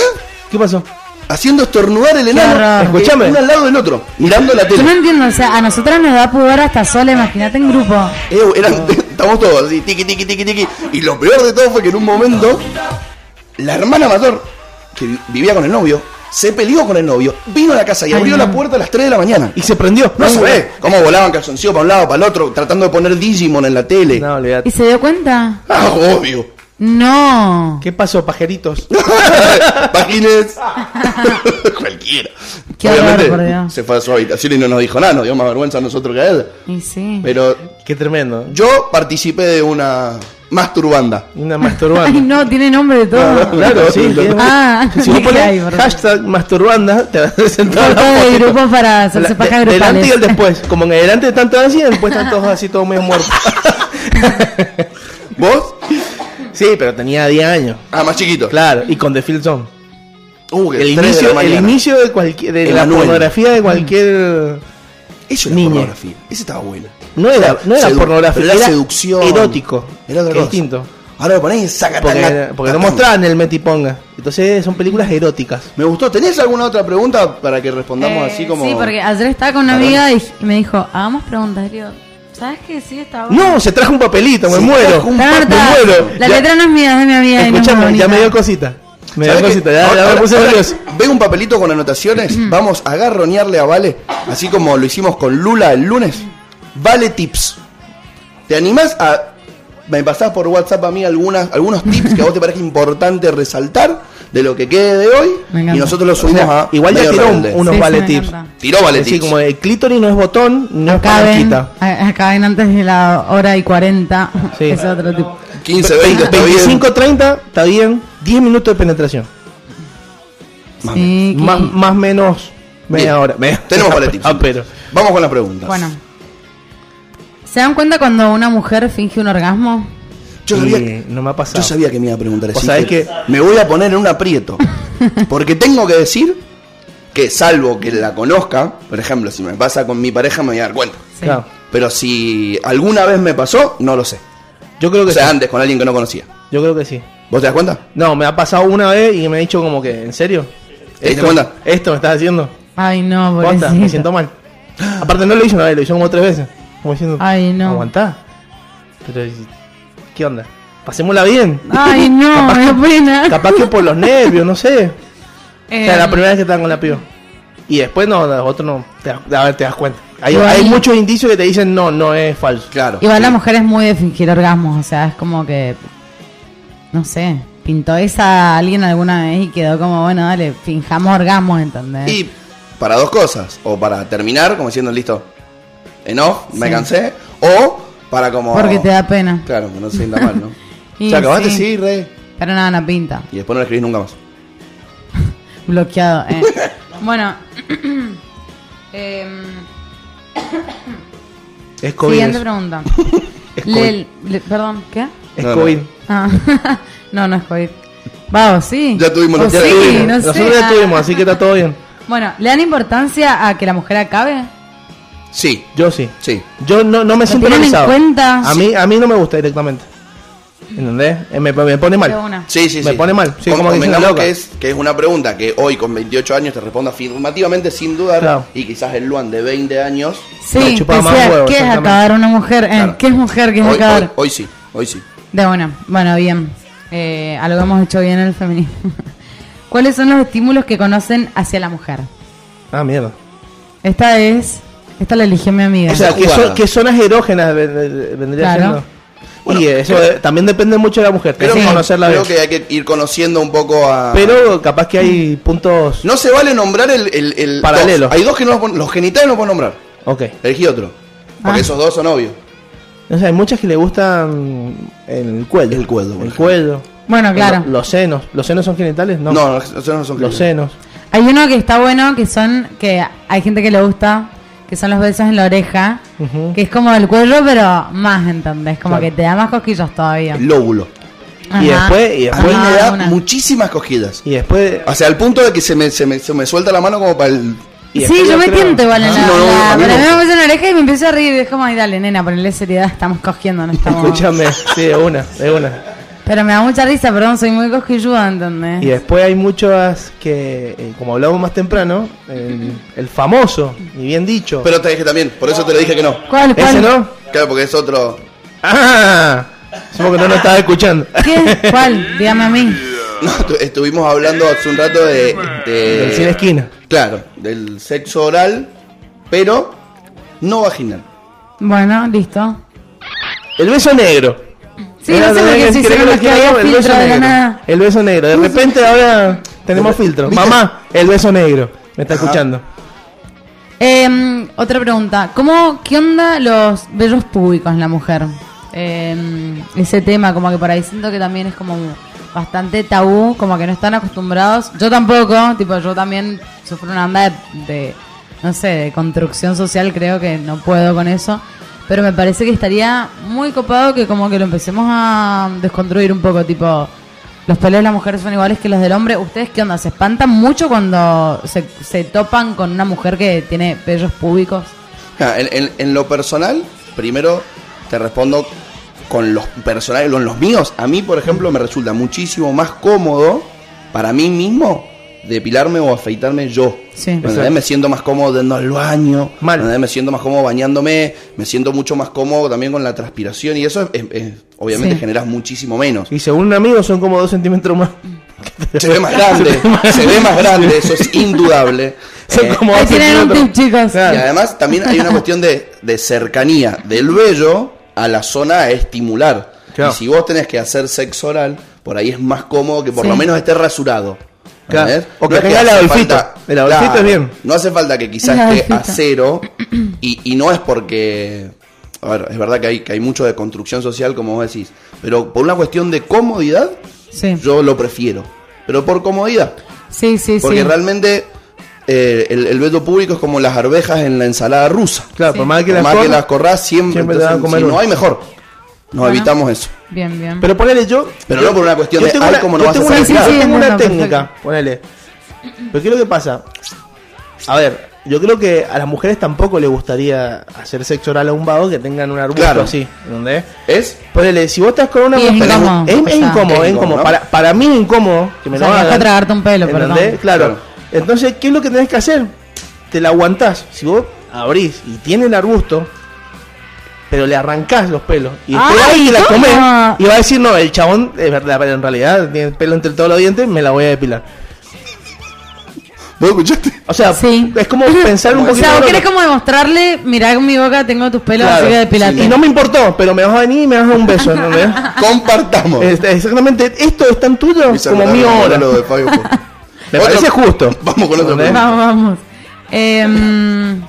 ¿Qué pasó? haciendo estornudar el horror. enano, Escuchame. eh, uno al lado del otro, mirando la Yo no tele. entiendo, o sea, a nosotras nos da pudor hasta sola, imagínate en grupo. Eh, eran- (laughs) estábamos todos así, tiki, tiki, tiki, tiki. Y lo peor de todo fue que en un momento, la hermana mayor, que vi- vivía con el novio, se peleó con el novio, vino a la casa y Ay, abrió no. la puerta a las 3 de la mañana. Y se prendió. No sabés cómo volaban calzoncillos para un lado, para el otro, tratando de poner Digimon en la tele. No, ¿Y olvidate. se dio cuenta? Ah, obvio. No. ¿Qué pasó, pajeritos? (laughs) Páginas. Cualquiera. Qué horror, por Dios. se fue a su habitación y no nos dijo nada, nos dio más vergüenza a nosotros que a él. Y sí. Pero Qué tremendo. yo participé de una masturbanda. Una (laughs) Ay, masturbanda. no, tiene nombre de todo. Claro, sí. No, no, tiene- no. Ah, si vos dije, pones (laughs) ay, perdón. hashtag masturbanda, te vas a sentar Foto de grupo para hacerse pajas grupales. Delante y el después. Como en adelante están todos así, después están todos así, todos medio muertos. (laughs) ¿Vos? sí, pero tenía 10 años. Ah, más chiquito. Claro, y con The Field Zone. Uh, tres de El la inicio, el mañana. inicio de, cualquier, de El la Anuel. pornografía de cualquier... Eso era Niña. pornografía. Ese estaba bueno. No era, no era Sedu- pornografía, pero era, era seducción. erótico. Era otra que cosa. es distinto. Ahora lo ponés y saca Porque, porque no mostraban el metiponga. Entonces son películas eróticas. Me gustó. ¿Tenés alguna otra pregunta para que respondamos Eh, así como.? Sí, porque ayer estaba con una Perdón. amiga y me dijo, hagamos preguntas. Y le digo, ¿Sabes qué? Sí, está bueno. No, se trajo un papelito, me Se muero. trajo un me Tarta, muero. la Ya- letra no es mía, es de mi amiga. y no es muy Escuchame, ya bonita. me dio cosita. Me dio ¿Sabés qué? cosita, ya, Ahora- ya me ahora- puse ahora nervioso. Mm. Veo un papelito con anotaciones. Vamos a garronearle a Vale, así como lo hicimos con Lula el lunes. Vale tips. ¿Te animás a.? Me pasás por WhatsApp a mí algunas, algunos tips que a vos te parece importante resaltar de lo que quede de hoy. Me encanta. Y nosotros los O subimos sea, a. igual ya ¿ah? Medio tiró un- Rebelde. unos Sí, sí, vale me tips. encanta. Tiró Vale Así tips. como el clítoris no es botón, no es Acaben, palanquita. a- acaben antes de la hora y 40. Sí. (laughs) Es otro tipo. 15, 20, está bien. 25, 30, está bien. 10 minutos de penetración. Más Sí, que- Más, más menos media Mm, Bien. hora. media- Tenemos Vale tips. Ah, pero. Vamos con las preguntas. Bueno. ¿Se dan cuenta cuando una mujer finge un orgasmo? Yo sabía, Eh, no me ha pasado. yo sabía que me iba a preguntar Vos así sabés que que- me voy a poner en un (laughs) aprieto. Porque tengo que decir que salvo que la conozca, por ejemplo, si me pasa con mi pareja me voy a dar cuenta. Sí. Claro. Pero si alguna vez me pasó, no lo sé. Yo creo O que sea, sí. antes con alguien que no conocía. Yo creo que sí. ¿Vos te das cuenta? No, me ha pasado una vez y me ha dicho como que, ¿en serio? ¿Te diste ¿Esto, cuenta? ¿Esto me estás haciendo? Ay, no, Posta, me siento pobrecito. mal. Aparte no lo hizo una vez, lo hizo como tres veces. Como diciendo, Ay, no. Aguantá. Pero, ¿qué onda? Pasémosla bien. Ay, no, (laughs) Capaz me da pena. Capaz que por los nervios, no sé. O sea, Em, Eh. la primera vez que están con la piba. Y después no, los otros no. Te, das- a ver, te das cuenta. Hay, Igual- hay muchos indicios que te dicen no, no es falso. Claro. Igual la mujer es muy de fingir orgasmos, o sea, es como que. No sé, pintó esa a alguien alguna vez y quedó como, bueno, dale, finjamos orgasmos, ¿entendés? Y para dos cosas. O para terminar, como diciendo, listo, enough, me Sí. cansé. O para como... Porque te da pena. Claro, que no se sienta mal, ¿no? (laughs) Y o sea, acabaste, sí. sí, re. Pero nada, no pinta. Y después no lo escribís nunca más. Bloqueado, (laughs) eh. (clears throat) bueno. em, Es COVID. siguiente eso. pregunta. (laughs) Es COVID. Le- le- perdón, ¿qué? Es No, no. COVID. Ah, (laughs) no, no es COVID. Vamos, sí. Ya tuvimos O los- ya sí, tuvimos. no sé. Nosotros ya tuvimos, así que está todo bien. Bueno, ¿le dan importancia a que la mujer acabe? Sí, Yo sí. sí. Yo no, no me siento tienen en realizado. cuenta? A mí, a mí no me gusta directamente. ¿Entendés? Eh, Me, me pone De mal. una. Sí, sí, Me sí. pone mal. Sí, Con- como que dicen, convengamos loca. que es, que es una pregunta que hoy con 28 años te respondo afirmativamente sin dudar. Claro. Y quizás el Luan de 20 años. Me Sí, chupaba más decía, huevo, ¿qué es exactamente. acabar una mujer? Eh, Claro. ¿Qué es mujer? ¿Qué es Hoy, acabar? hoy- hoy sí, hoy sí. De una. Bueno, bien. Eh, algo hemos hecho bien en el feminismo. (laughs) ¿Cuáles son los estímulos que conocen hacia la mujer? Ah, mierda. Esta es... Esta la eligió mi amiga. O sea, Esa que, jugada. son- que zonas erógenas ven- ven- vendría Claro. siendo. Bueno, y eso eh, también depende mucho de la mujer. Creo, Tenés que que, conocerla creo bien. que hay que ir conociendo un poco a. Pero capaz que hay puntos. No se vale nombrar el. el, el- Paralelo. dos. Hay dos que no los pon- los genitales no los puedes nombrar. Ok. Elegí otro. Porque Ah. esos dos son obvios. O sea, hay muchas que le gustan el cuello. El cuello, por El ejemplo. cuello. bueno, Ah, claro. Lo- Los senos. ¿Los senos son genitales? No. No, no, esos no son genitales. Los senos. Hay uno que está bueno, que son... Que hay gente que le gusta, que son los besos en la oreja. Ujú. Que es como el cuello, pero más, ¿entendés? Como Claro. que te da más cosquillas todavía. El lóbulo. Y Ajá. después, y A después, mí Ah, me da una. muchísimas cosquillas. y después, O sea, al punto de que se me, se me, se me suelta la mano como para el. y Sí, después yo me creo- tiento igual en Sí, la, no, no, a la- mí pero no. a mí me puse en la oreja y me empiezo a reír. Es como, ay, dale, nena, ponle seriedad, estamos cogiendo, (laughs) no estamos... Escúchame, sí, de una, de una. Pero me da mucha risa, perdón, soy muy cosquilluda, ¿entendés? Y después hay muchas que, eh, como hablamos más temprano, el, el famoso, y bien dicho. Pero te dije también, por eso te lo dije que no. ¿Cuál, cuál? ¿Ese no? Claro, porque es otro. (laughs) ¡Ah! Supongo que no lo estaba escuchando. (laughs) (laughs) ¿Qué? ¿Cuál? Dígame a mí. No, tu- estuvimos hablando hace un rato de, de- Del cine esquina. Claro, del sexo oral, pero no vaginal. Bueno, listo. El beso negro. Sí, Era no sé lo por que qué se creo hicieron que los que quiero, había el beso filtro de la negro. nada. El beso negro. De repente ahora tenemos filtro. ¿Viste? Mamá, el beso negro. Me está escuchando. Em, otra pregunta. ¿Cómo, qué onda los bellos públicos en la mujer? Em, ese tema, como que por ahí siento que también es como bastante tabú, como que no están acostumbrados. Yo tampoco, tipo, yo también sufro una onda de, de, no sé, de construcción social, creo que no puedo con eso. Pero me parece que estaría muy copado que como que lo empecemos a desconstruir un poco, tipo, los pelos de las mujeres son iguales que los del hombre. ¿Ustedes qué onda? ¿Se espantan mucho cuando se, se topan con una mujer que tiene pelos públicos? Ah, En, en- en lo personal, primero te respondo con los personales, con los míos. A mí, por ejemplo, me resulta muchísimo más cómodo para mí mismo depilarme o afeitarme yo. Sí. ¿Entendés? Exacto. Me siento más cómodo dando al baño, Mal. ¿entendés? me siento más cómodo bañándome, me siento mucho más cómodo también con la transpiración y eso es- es- es- obviamente Sí. generas muchísimo menos. Y según un amigo son como dos centímetros más. (laughs) Se ve más grande, se ve más grande, eso es indudable. Son Eh, como Ahí dos tienen un centímetros. tip, chicos. Y además también hay (laughs) una cuestión de, de cercanía del vello a la zona a estimular. Claro. Y si vos tenés que hacer sexo oral, por ahí es más cómodo que por Sí. lo menos esté rasurado. Claro. ¿Entendés? O que es tenga el hace Adolfito. El Adolfito es bien. No hace falta que quizás El esté a Adolfito. (clears throat) cero. Y, y no es porque... A ver, es verdad que hay, que hay mucho de construcción social, como vos decís. Pero por una cuestión de comodidad, Sí, yo lo prefiero. Pero por comodidad. sí, sí. Porque sí. realmente eh, el, el veto público es como las arvejas en la ensalada rusa. Claro, Sí. por más Por que las más que corras- las corras siempre, siempre te entonces, van a comer si una. no hay mejor. Nos Bueno. evitamos eso. Bien, bien. Pero ponele yo. Pero no por una cuestión yo de, tengo ay, una- cómo no yo vas a tengo saber una, nada. yo tengo Sí, sí, una no, no, técnica, ponele. Pero ¿qué es lo que pasa? A ver, yo creo que a las mujeres tampoco les gustaría hacer sexo oral a un vago que tengan un arbusto Claro. así. ¿Entendés? ¿Es? Ponele, si vos estás con una Sí, es mujer- incómodo, Es, o es Es incómodo, sea. es incómodo, incómodo. ¿no? Para, para mí es incómodo que me O sea, lo me dejó hagan. tragarte un pelo, perdón. ¿Entendés? Claro. Claro. Entonces, ¿qué es lo que tenés que hacer? Te la aguantás. Si vos abrís y tiene el arbusto, pero le arrancás los pelos. Y después Ay, ahí te la ¿cómo? comés. Y va a decir, no, el chabón, es verdad, pero en realidad tiene el pelo entre todos los dientes, me la voy a depilar. ¿Vos escuchaste? (laughs) O sea, Sí. es como pensar un (laughs) O poquito. sea, vos en querés otro. como demostrarle, mirá mi boca, tengo tus pelos, Claro. así que depilate. Y no me importó, pero me vas a venir y me vas a dar un beso, ¿entendés? Compartamos. Este, Exactamente, esto es tan tuyo Luis como Alberto, mío ahora. lo de Fabio Porro. (laughs) Me Otro- parece justo. (laughs) Vamos con otro ¿Entendés? punto. Vamos, vamos. Em,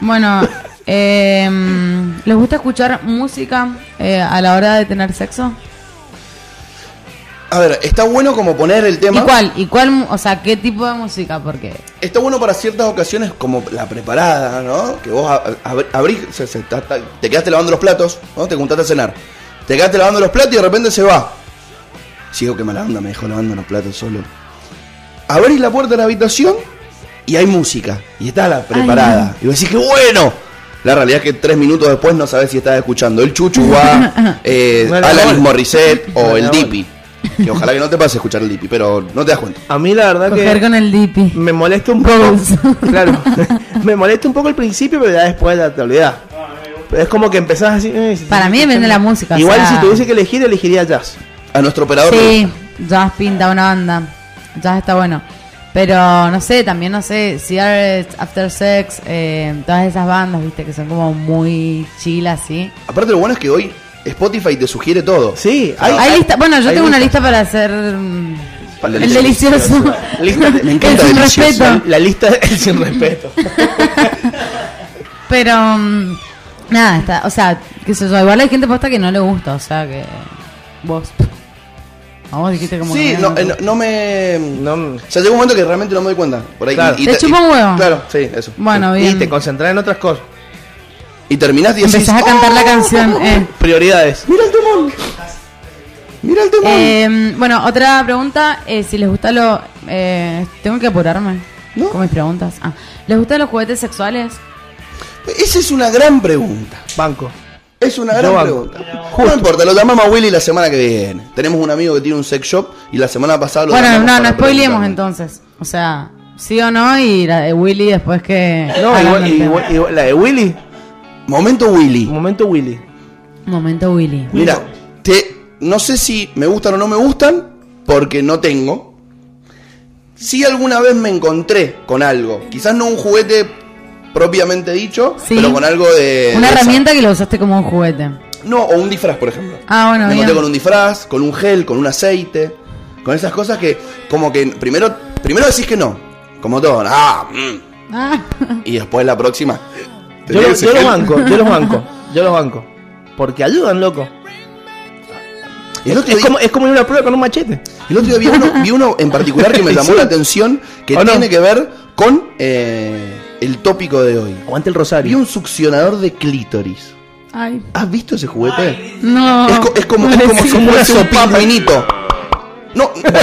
bueno, em, ¿les gusta escuchar música eh, a la hora de tener sexo? A ver, está bueno como poner el tema. ¿Y cuál? ¿Y cuál? mu- O sea, ¿qué tipo de música? Porque Está bueno para ciertas ocasiones como la preparada, ¿no? Que vos ab- ab- abrís, se- se- ta- ta- te quedaste lavando los platos, ¿no? Te juntaste a cenar. Te quedaste lavando los platos y de repente se va. Sigo que mala onda, me dejó lavando los platos solo. Abrís la puerta de la habitación y hay música. Y está la preparada. Y vos decís que bueno. La realidad es que tres minutos después no sabés si estás escuchando el (laughs) Chuchuá, eh, Bueno, Alanis bueno. Morissette o Bueno, el bueno. Dipi. Que ojalá que no te pase escuchar el Dipi, pero no te das cuenta. A mí la verdad coger que con el dipi. me molesta un poco. (laughs) claro, (laughs) me molesta un poco al principio, pero ya después la te olvidás. Pero es como que empezás así. eh, Para mí depende de la música, Igual o sea. si tuviese que elegir, elegiría jazz. A nuestro operador. Sí, jazz pinta una banda. Jazz está bueno. Pero no sé, también no sé, Cigarettes, After Sex, eh, todas esas bandas, viste, que son como muy chill así. Aparte lo bueno es que hoy Spotify te sugiere todo. Sí, hay, Hay, hay- lista, bueno, yo hay tengo una listas. lista para hacer mm, Para el (laughs) delicioso. Lista (laughs) de- me encanta el sin delicioso. respeto. La lista (laughs) del sin respeto. Pero mm, nada, está, o sea, qué sé yo, igual hay gente posta que no le gusta, o sea que vos (laughs) vos dijiste como Sí, que no, eh, no- no me... No, O sea, llega un momento que realmente no me doy cuenta. Por ahí. Claro. Te chupa un huevo. Claro, sí, eso. Bueno, y bien. te concentras en otras cosas. Y terminás "Oh, y decís... Empezás a cantar Oh. la canción. (laughs) eh. Prioridades. ¡Mira el temón! ¡Mira el temón! Eh, bueno, otra pregunta, eh, si les gusta lo... eh, tengo que apurarme No. con mis preguntas. Ah, ¿Les gustan los juguetes sexuales? Esa es una gran pregunta. Banco. Es una Yo gran banco. pregunta. No importa, lo llamamos a Willy la semana que viene. Tenemos un amigo que tiene un sex shop y la semana pasada lo Bueno, llamamos no, no para spoilemos preguntarle. entonces. O sea, sí o no, y la de Willy después que. No, hagan igual, el tema. igual- igual- la de Willy. Momento Willy. Momento Willy. Momento Willy. Mira, te, no sé si me gustan o no me gustan, porque no tengo. Si alguna vez me encontré con algo, quizás no un juguete propiamente dicho, Sí. pero con algo de. Eh, Una de esa- herramienta que lo usaste como un juguete. No, o un disfraz, por ejemplo. Ah, bueno, me bien. encontré con un disfraz, con un gel, con un aceite, con esas cosas que, como que primero, primero decís que no, como todo, ah, mm, Ah, (laughs) y después la próxima. te Yo, doy lo- ese yo los gel. banco, yo los banco, yo los (laughs) banco. Porque ayudan, loco. El otro Es día- como, es como ir a una prueba con un machete. El otro día vi uno, vi uno en particular que me llamó (laughs) Sí. la atención que ¿O no? tiene que ver con eh, el tópico de hoy. Aguante el Vi rosario. un succionador de clítoris. ay. ¿Has visto ese juguete? No. es, co- es como, es como si pobrecito. fuese un pepinito. No, (laughs) bueno.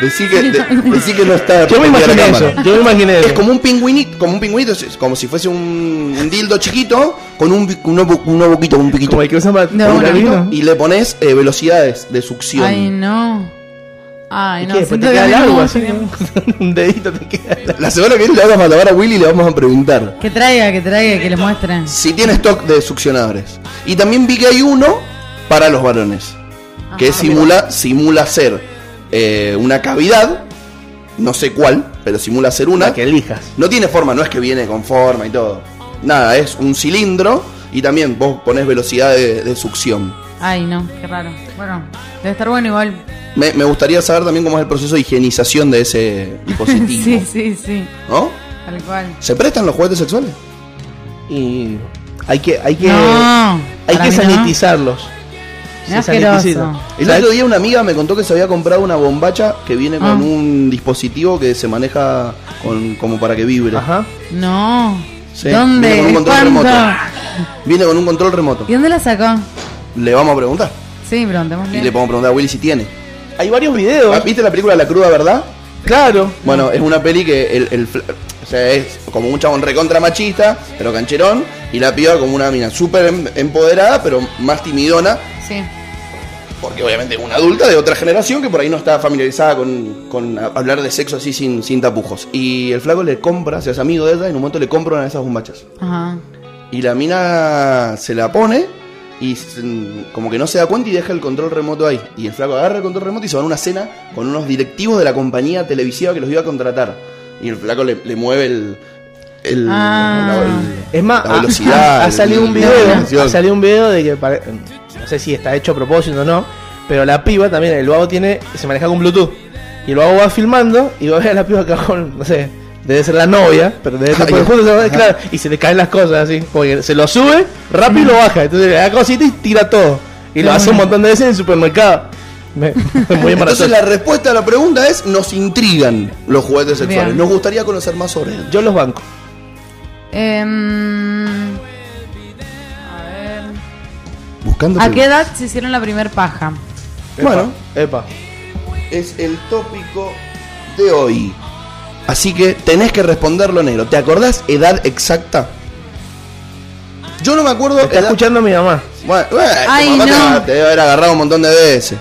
Decí que, de- decí que no está. Yo me prendida la imaginé cámara. eso. Yo me imaginé Es eso. como un pingüinito, como un pingüinito, es como si fuese un, un dildo chiquito con un, bi- un, obo- un oboquito, un piquito. Como el que usa para No, para bueno. el vino. Y le pones eh, velocidades de succión. Ay, no. Ay, ¿Y Ah, no, qué? Después siento te que queda largo no. así. ¿no? (laughs) Un dedito te queda largo. La semana que viene le vamos a lavar a Willy y le vamos a preguntar Que traiga, que traiga, que le muestre. si tiene stock de succionadores. Y también vi que hay uno para los varones. Que simula, simula ser eh, una cavidad. No sé cuál, pero simula ser una. La que elijas. No tiene forma, no es que viene con forma y todo. Nada, es un cilindro y también vos pones velocidad de, de succión. Ay, no, qué raro. Bueno, debe estar bueno igual. Me, me gustaría saber también cómo es el proceso de higienización de (laughs) ese dispositivo. (laughs) Sí, sí, sí. ¿No? Tal cual. ¿Se prestan los juguetes sexuales? Y hay que, hay que, No, hay para que mí no. sanitizarlos. Es Se asqueroso. sanitizan. El ¿Sabes? otro día una amiga me contó que se había comprado una bombacha que viene con Ah. un dispositivo que se maneja con, como para que vibre. Ajá. No. Sí, ¿Dónde? Viene con un control ¿Cuándo? remoto. Viene con un control remoto. ¿Y dónde la sacó? Le vamos a preguntar. Sí, preguntemos Y le podemos preguntar a Willy si tiene. Ah, Hay varios videos. ¿Viste la película La Cruda Verdad? Claro. Bueno, es una peli que el, el fl- o sea, es como un chabón recontra machista, pero cancherón, y la piba como una mina súper em- empoderada, pero más timidona, Sí. porque obviamente es una adulta de otra generación que por ahí no está familiarizada con, con a- hablar de sexo así sin, sin tapujos. Y el flaco le compra, se hace amigo de ella, y en un momento le compra una de esas bombachas. Ajá. Y la mina se la pone y se- como que no se da cuenta y deja el control remoto ahí. Y el flaco agarra el control remoto y se va a una cena con unos directivos de la compañía televisiva que los iba a contratar. Y el flaco le, le mueve el... el- Ah. Es más, la ha- velocidad. (laughs) ha salido el- un la video, dimensión. ha salido un video de que pare- no sé si está hecho a propósito o no, pero la piba también, el vago tiene, se maneja con Bluetooth. Y el vago va filmando y va a ver a la piba acá con, no sé, debe ser la novia, pero debe ser Ay, porque justo se va- ajá. claro, y se le caen las cosas así, porque se lo sube, rápido Mm. y lo baja, entonces le da cosita y tira todo. Y lo Qué hace un bueno. montón de veces en el supermercado. Me- (laughs) Muy Entonces embarazoso. la respuesta a la pregunta es, nos intrigan los juguetes sexuales. Bien. Nos gustaría conocer más sobre ellos. Yo los banco. Em, a ver. Buscando... ¿A qué edad se hicieron la primer paja? Bueno. Epa. Es el tópico de hoy. Así que tenés que responderlo, negro. ¿Te acordás edad exacta? Yo no me acuerdo. Me Está edad- escuchando mi mamá. Bueno, bueno, tu Ay, mamá te no. va- te, debe haber agarrado un montón de (laughs) veces.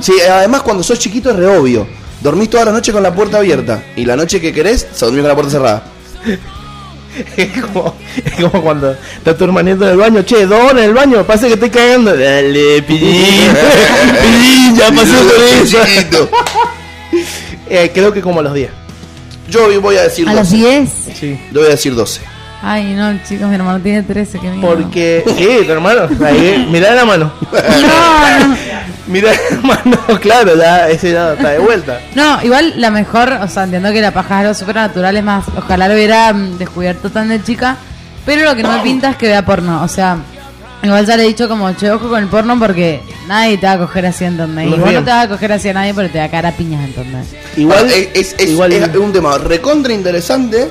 Sí, además cuando sos chiquito es re obvio. Dormís toda la noche con la puerta abierta. Y la noche que querés, se dormís con la puerta cerrada. (laughs) Es como, es como cuando está tu hermanito en el baño, che, don en el baño, parece que estoy cagando. Dale, pillín, (laughs) pillín, ya pasó por eso. Chiquito. Eh, creo que como a los 10. Yo hoy voy a decir ¿A los 12. 10? Sí. Yo voy a decir 12. Ay, no, chicos, mi hermano tiene 13, qué miedo. Porque, sí, tu hermano, ahí, mirá (laughs) la mano. (laughs) No, no. Mirá la mano, (laughs) claro, ya, ese ya está de vuelta. No, igual la mejor, o sea, entiendo que la paja es algo súper natural, es más, ojalá lo hubiera mm, descubierto tan de chica, pero lo que no me pinta es que vea porno, o sea, igual ya le he dicho como, che, ojo con el porno porque nadie te va a coger así, ¿entendés? Muy Y vos bien. no te vas a coger así a nadie porque te va a caer a piñas, ¿entendés? Igual, Igual, Ah, es, es- igual es un tema recontra interesante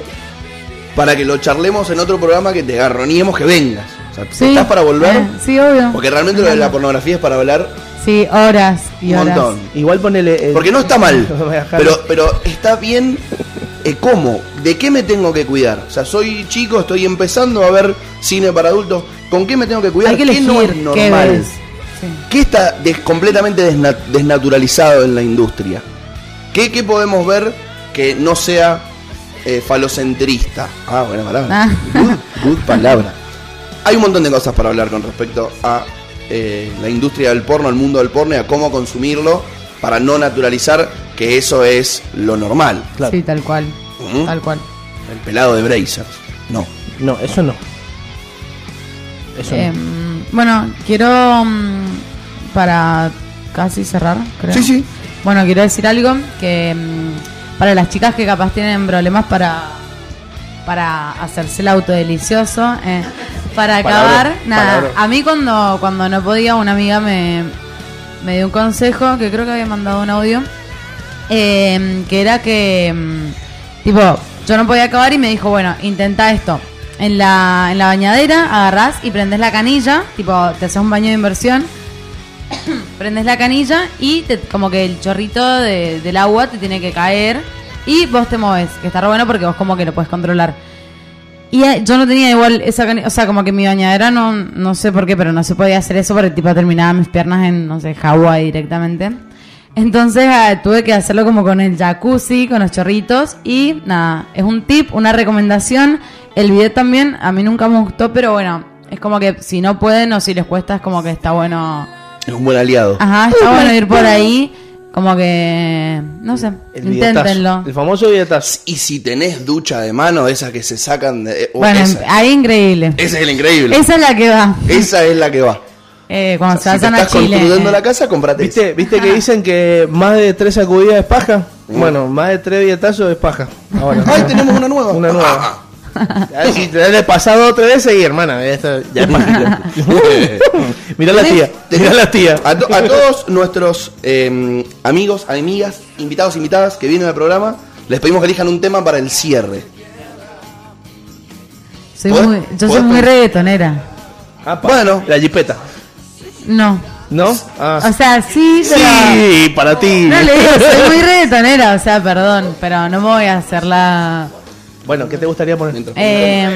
para que lo charlemos en otro programa que te garroniemos que vengas. O sea, estás para volver. Eh, sí, obvio. Porque realmente lo de la pornografía es para hablar Sí, horas y un horas. montón. igual ponele. eh, Porque no está (laughs) mal, Voy a dejar- pero, pero está bien eh, cómo, de qué me tengo que cuidar. O sea, soy chico, estoy empezando a ver cine para adultos, ¿con qué me tengo que cuidar? Hay que ¿Qué elegir no es qué normal? ves. Sí. ¿Qué está des- completamente desna- desnaturalizado en la industria? ¿Qué, qué podemos ver que no sea eh, falocentrista? Ah, buena palabra. Ah. Good, good palabra. Hay un montón de cosas para hablar con respecto a eh, la industria del porno, al mundo del porno y a cómo consumirlo para no naturalizar que eso es lo normal. Claro. Sí, tal cual. Ujú. Tal cual. El pelado de Brazers. No. No, eso no. Eso no. Em, bueno, quiero mm, para casi cerrar, creo. Sí, sí. Bueno, quiero decir algo que mm, para las chicas que capaz tienen problemas para para hacerse el auto delicioso, eh, para acabar, Palabra, nada. palabra. A mí cuando cuando no podía una amiga me me dio un consejo que creo que había mandado un audio eh, que era que mm, tipo yo no podía acabar y me dijo bueno intenta esto en la, en la bañadera agarrás y prendés la canilla tipo te haces un baño de inversión prendes la canilla y te- como que el chorrito de- del agua te tiene que caer y vos te moves, que está re bueno porque vos como que lo puedes controlar. Y eh, yo no tenía igual esa canilla, o sea, como que mi bañadera no, no sé por qué, pero no se podía hacer eso porque tipo terminaba mis piernas en, no sé, Hawái directamente. Entonces ah, tuve que hacerlo como con el jacuzzi, con los chorritos y nada, es un tip, una recomendación. El video también a mí nunca me gustó, pero bueno, es como que si no pueden o si les cuesta es como que está bueno. Es un buen aliado. Ajá, está bueno ir por ahí, como que no sé, El billetazo, inténtenlo. El famoso billetazo. Y si tenés ducha de mano, esas que se sacan de. eh, oh, Bueno, ah. esa. Eh, ahí increíble. Ese es el increíble. Esa es la que va. Esa es la que va. Eh, cuando se si te hacen a estás Chile. construyendo eh. la casa, comprate. ¿Viste, ¿Viste que dicen que más de tres sacudidas es paja? Bueno, más de tres billetazos es paja. Ahora. ¡Ay, tenemos una nueva! Ah, Una nueva. A ver si te le pasado otra vez y hermana, ya, está- ya (laughs) es paja. (laughs) Mirá la tía, mirá la tía. A, to- a todos nuestros eh, amigos, amigas, invitados, invitadas que vienen al programa, les pedimos que elijan un tema para el cierre. Soy ¿Podés- muy- yo soy podés muy con- reggaetonera. Bueno. la jipeta, No. ¿no? Ah, O sea, sí, pero. sí, para ti. No le digo, soy muy reggaetonera, o sea, perdón, pero no me voy a hacer la. Bueno, ¿qué te gustaría poner? Eh,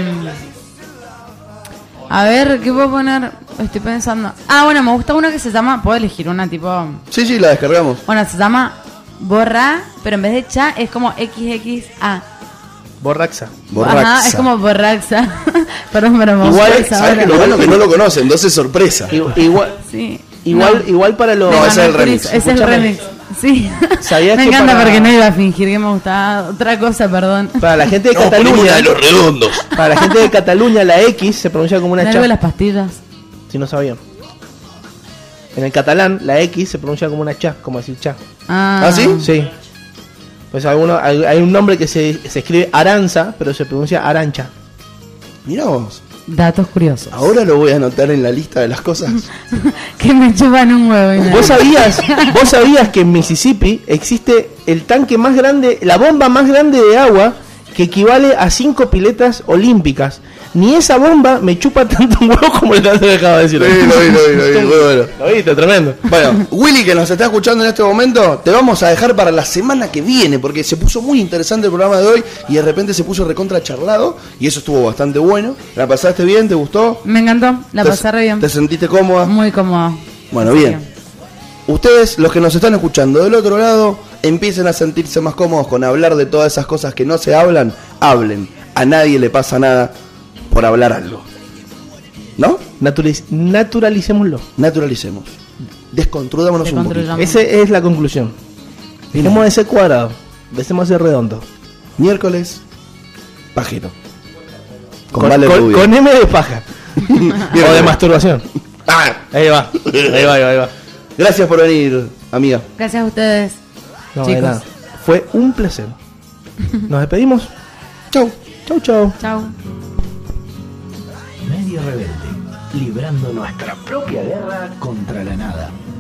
a ver, ¿qué puedo poner? Estoy pensando. Ah, bueno, me gusta una que se llama. Puedo elegir una tipo. Sí, sí, la descargamos. Bueno, se llama Borra, pero en vez de cha es como XXA. Borraxa. Borraxa. Ajá, es como Borraxa. (laughs) perdón, pero me Igual, gusta esa ¿Sabes ahora. que lo bueno que no lo conocen? Entonces, sorpresa. Igu- Igual, Sí. igual, No. igual para los. De No, ese es el Manuel remix. Turizo, ese es el Escuchame. remix. Sí. ¿Sabías me que encanta para- porque no iba a fingir que me gustaba otra cosa, perdón. Para la gente de No, ponemos Cataluña. una de los redondos. Para la gente de Cataluña, la X se pronuncia como una Me cha. de las pastillas. Si no sabían. En el catalán, la X se pronuncia como una cha, como decir cha. Ah, ¿Ah, sí? Sí. Pues alguno, hay, hay un nombre que se, se escribe Aranza, pero se pronuncia Arancha. Mirá vos, Datos curiosos. ahora lo voy a anotar en la lista de las cosas. que me chupan un huevo. y nada. ¿Vos sabías, vos sabías que en Mississippi existe el tanque más grande, la bomba más grande de agua que equivale a cinco piletas olímpicas. Ni esa bomba me chupa (laughs) tanto un huevo como el que te acabo de decir. (laughs) muy bueno. Lo viste, tremendo. Bueno, Willy que nos está escuchando en este momento, te vamos a dejar para la semana que viene, porque se puso muy interesante el programa de hoy y de repente se puso recontra charlado y eso estuvo bastante bueno. ¿La pasaste bien? ¿Te gustó? Me encantó, la ¿Te- pasé re bien. ¿Te sentiste cómoda? Muy cómodo. Bueno, Así bien. Ustedes, los que nos están escuchando del otro lado, empiecen a sentirse más cómodos con hablar de todas esas cosas que no se hablan, hablen. A nadie le pasa nada por hablar algo. ¿No? Naturaliz- naturalicémoslo. Naturalicemos. Descontrudémonos un poquito. Descontrudamos. Esa es la conclusión. Miremos ese cuadrado, besemos ese redondo. Miércoles, pajero. Con, Con, Vale con- Rubio. (laughs) con M de paja. o de masturbación. Ah, Ahí va, ahí va, ahí va. ahí va. gracias por venir, amiga. Gracias a ustedes. No, de Chicos. nada. Fue un placer. Nos despedimos. Chau. Chau, chau. Chao. Medio rebelde, librando nuestra propia guerra contra la nada.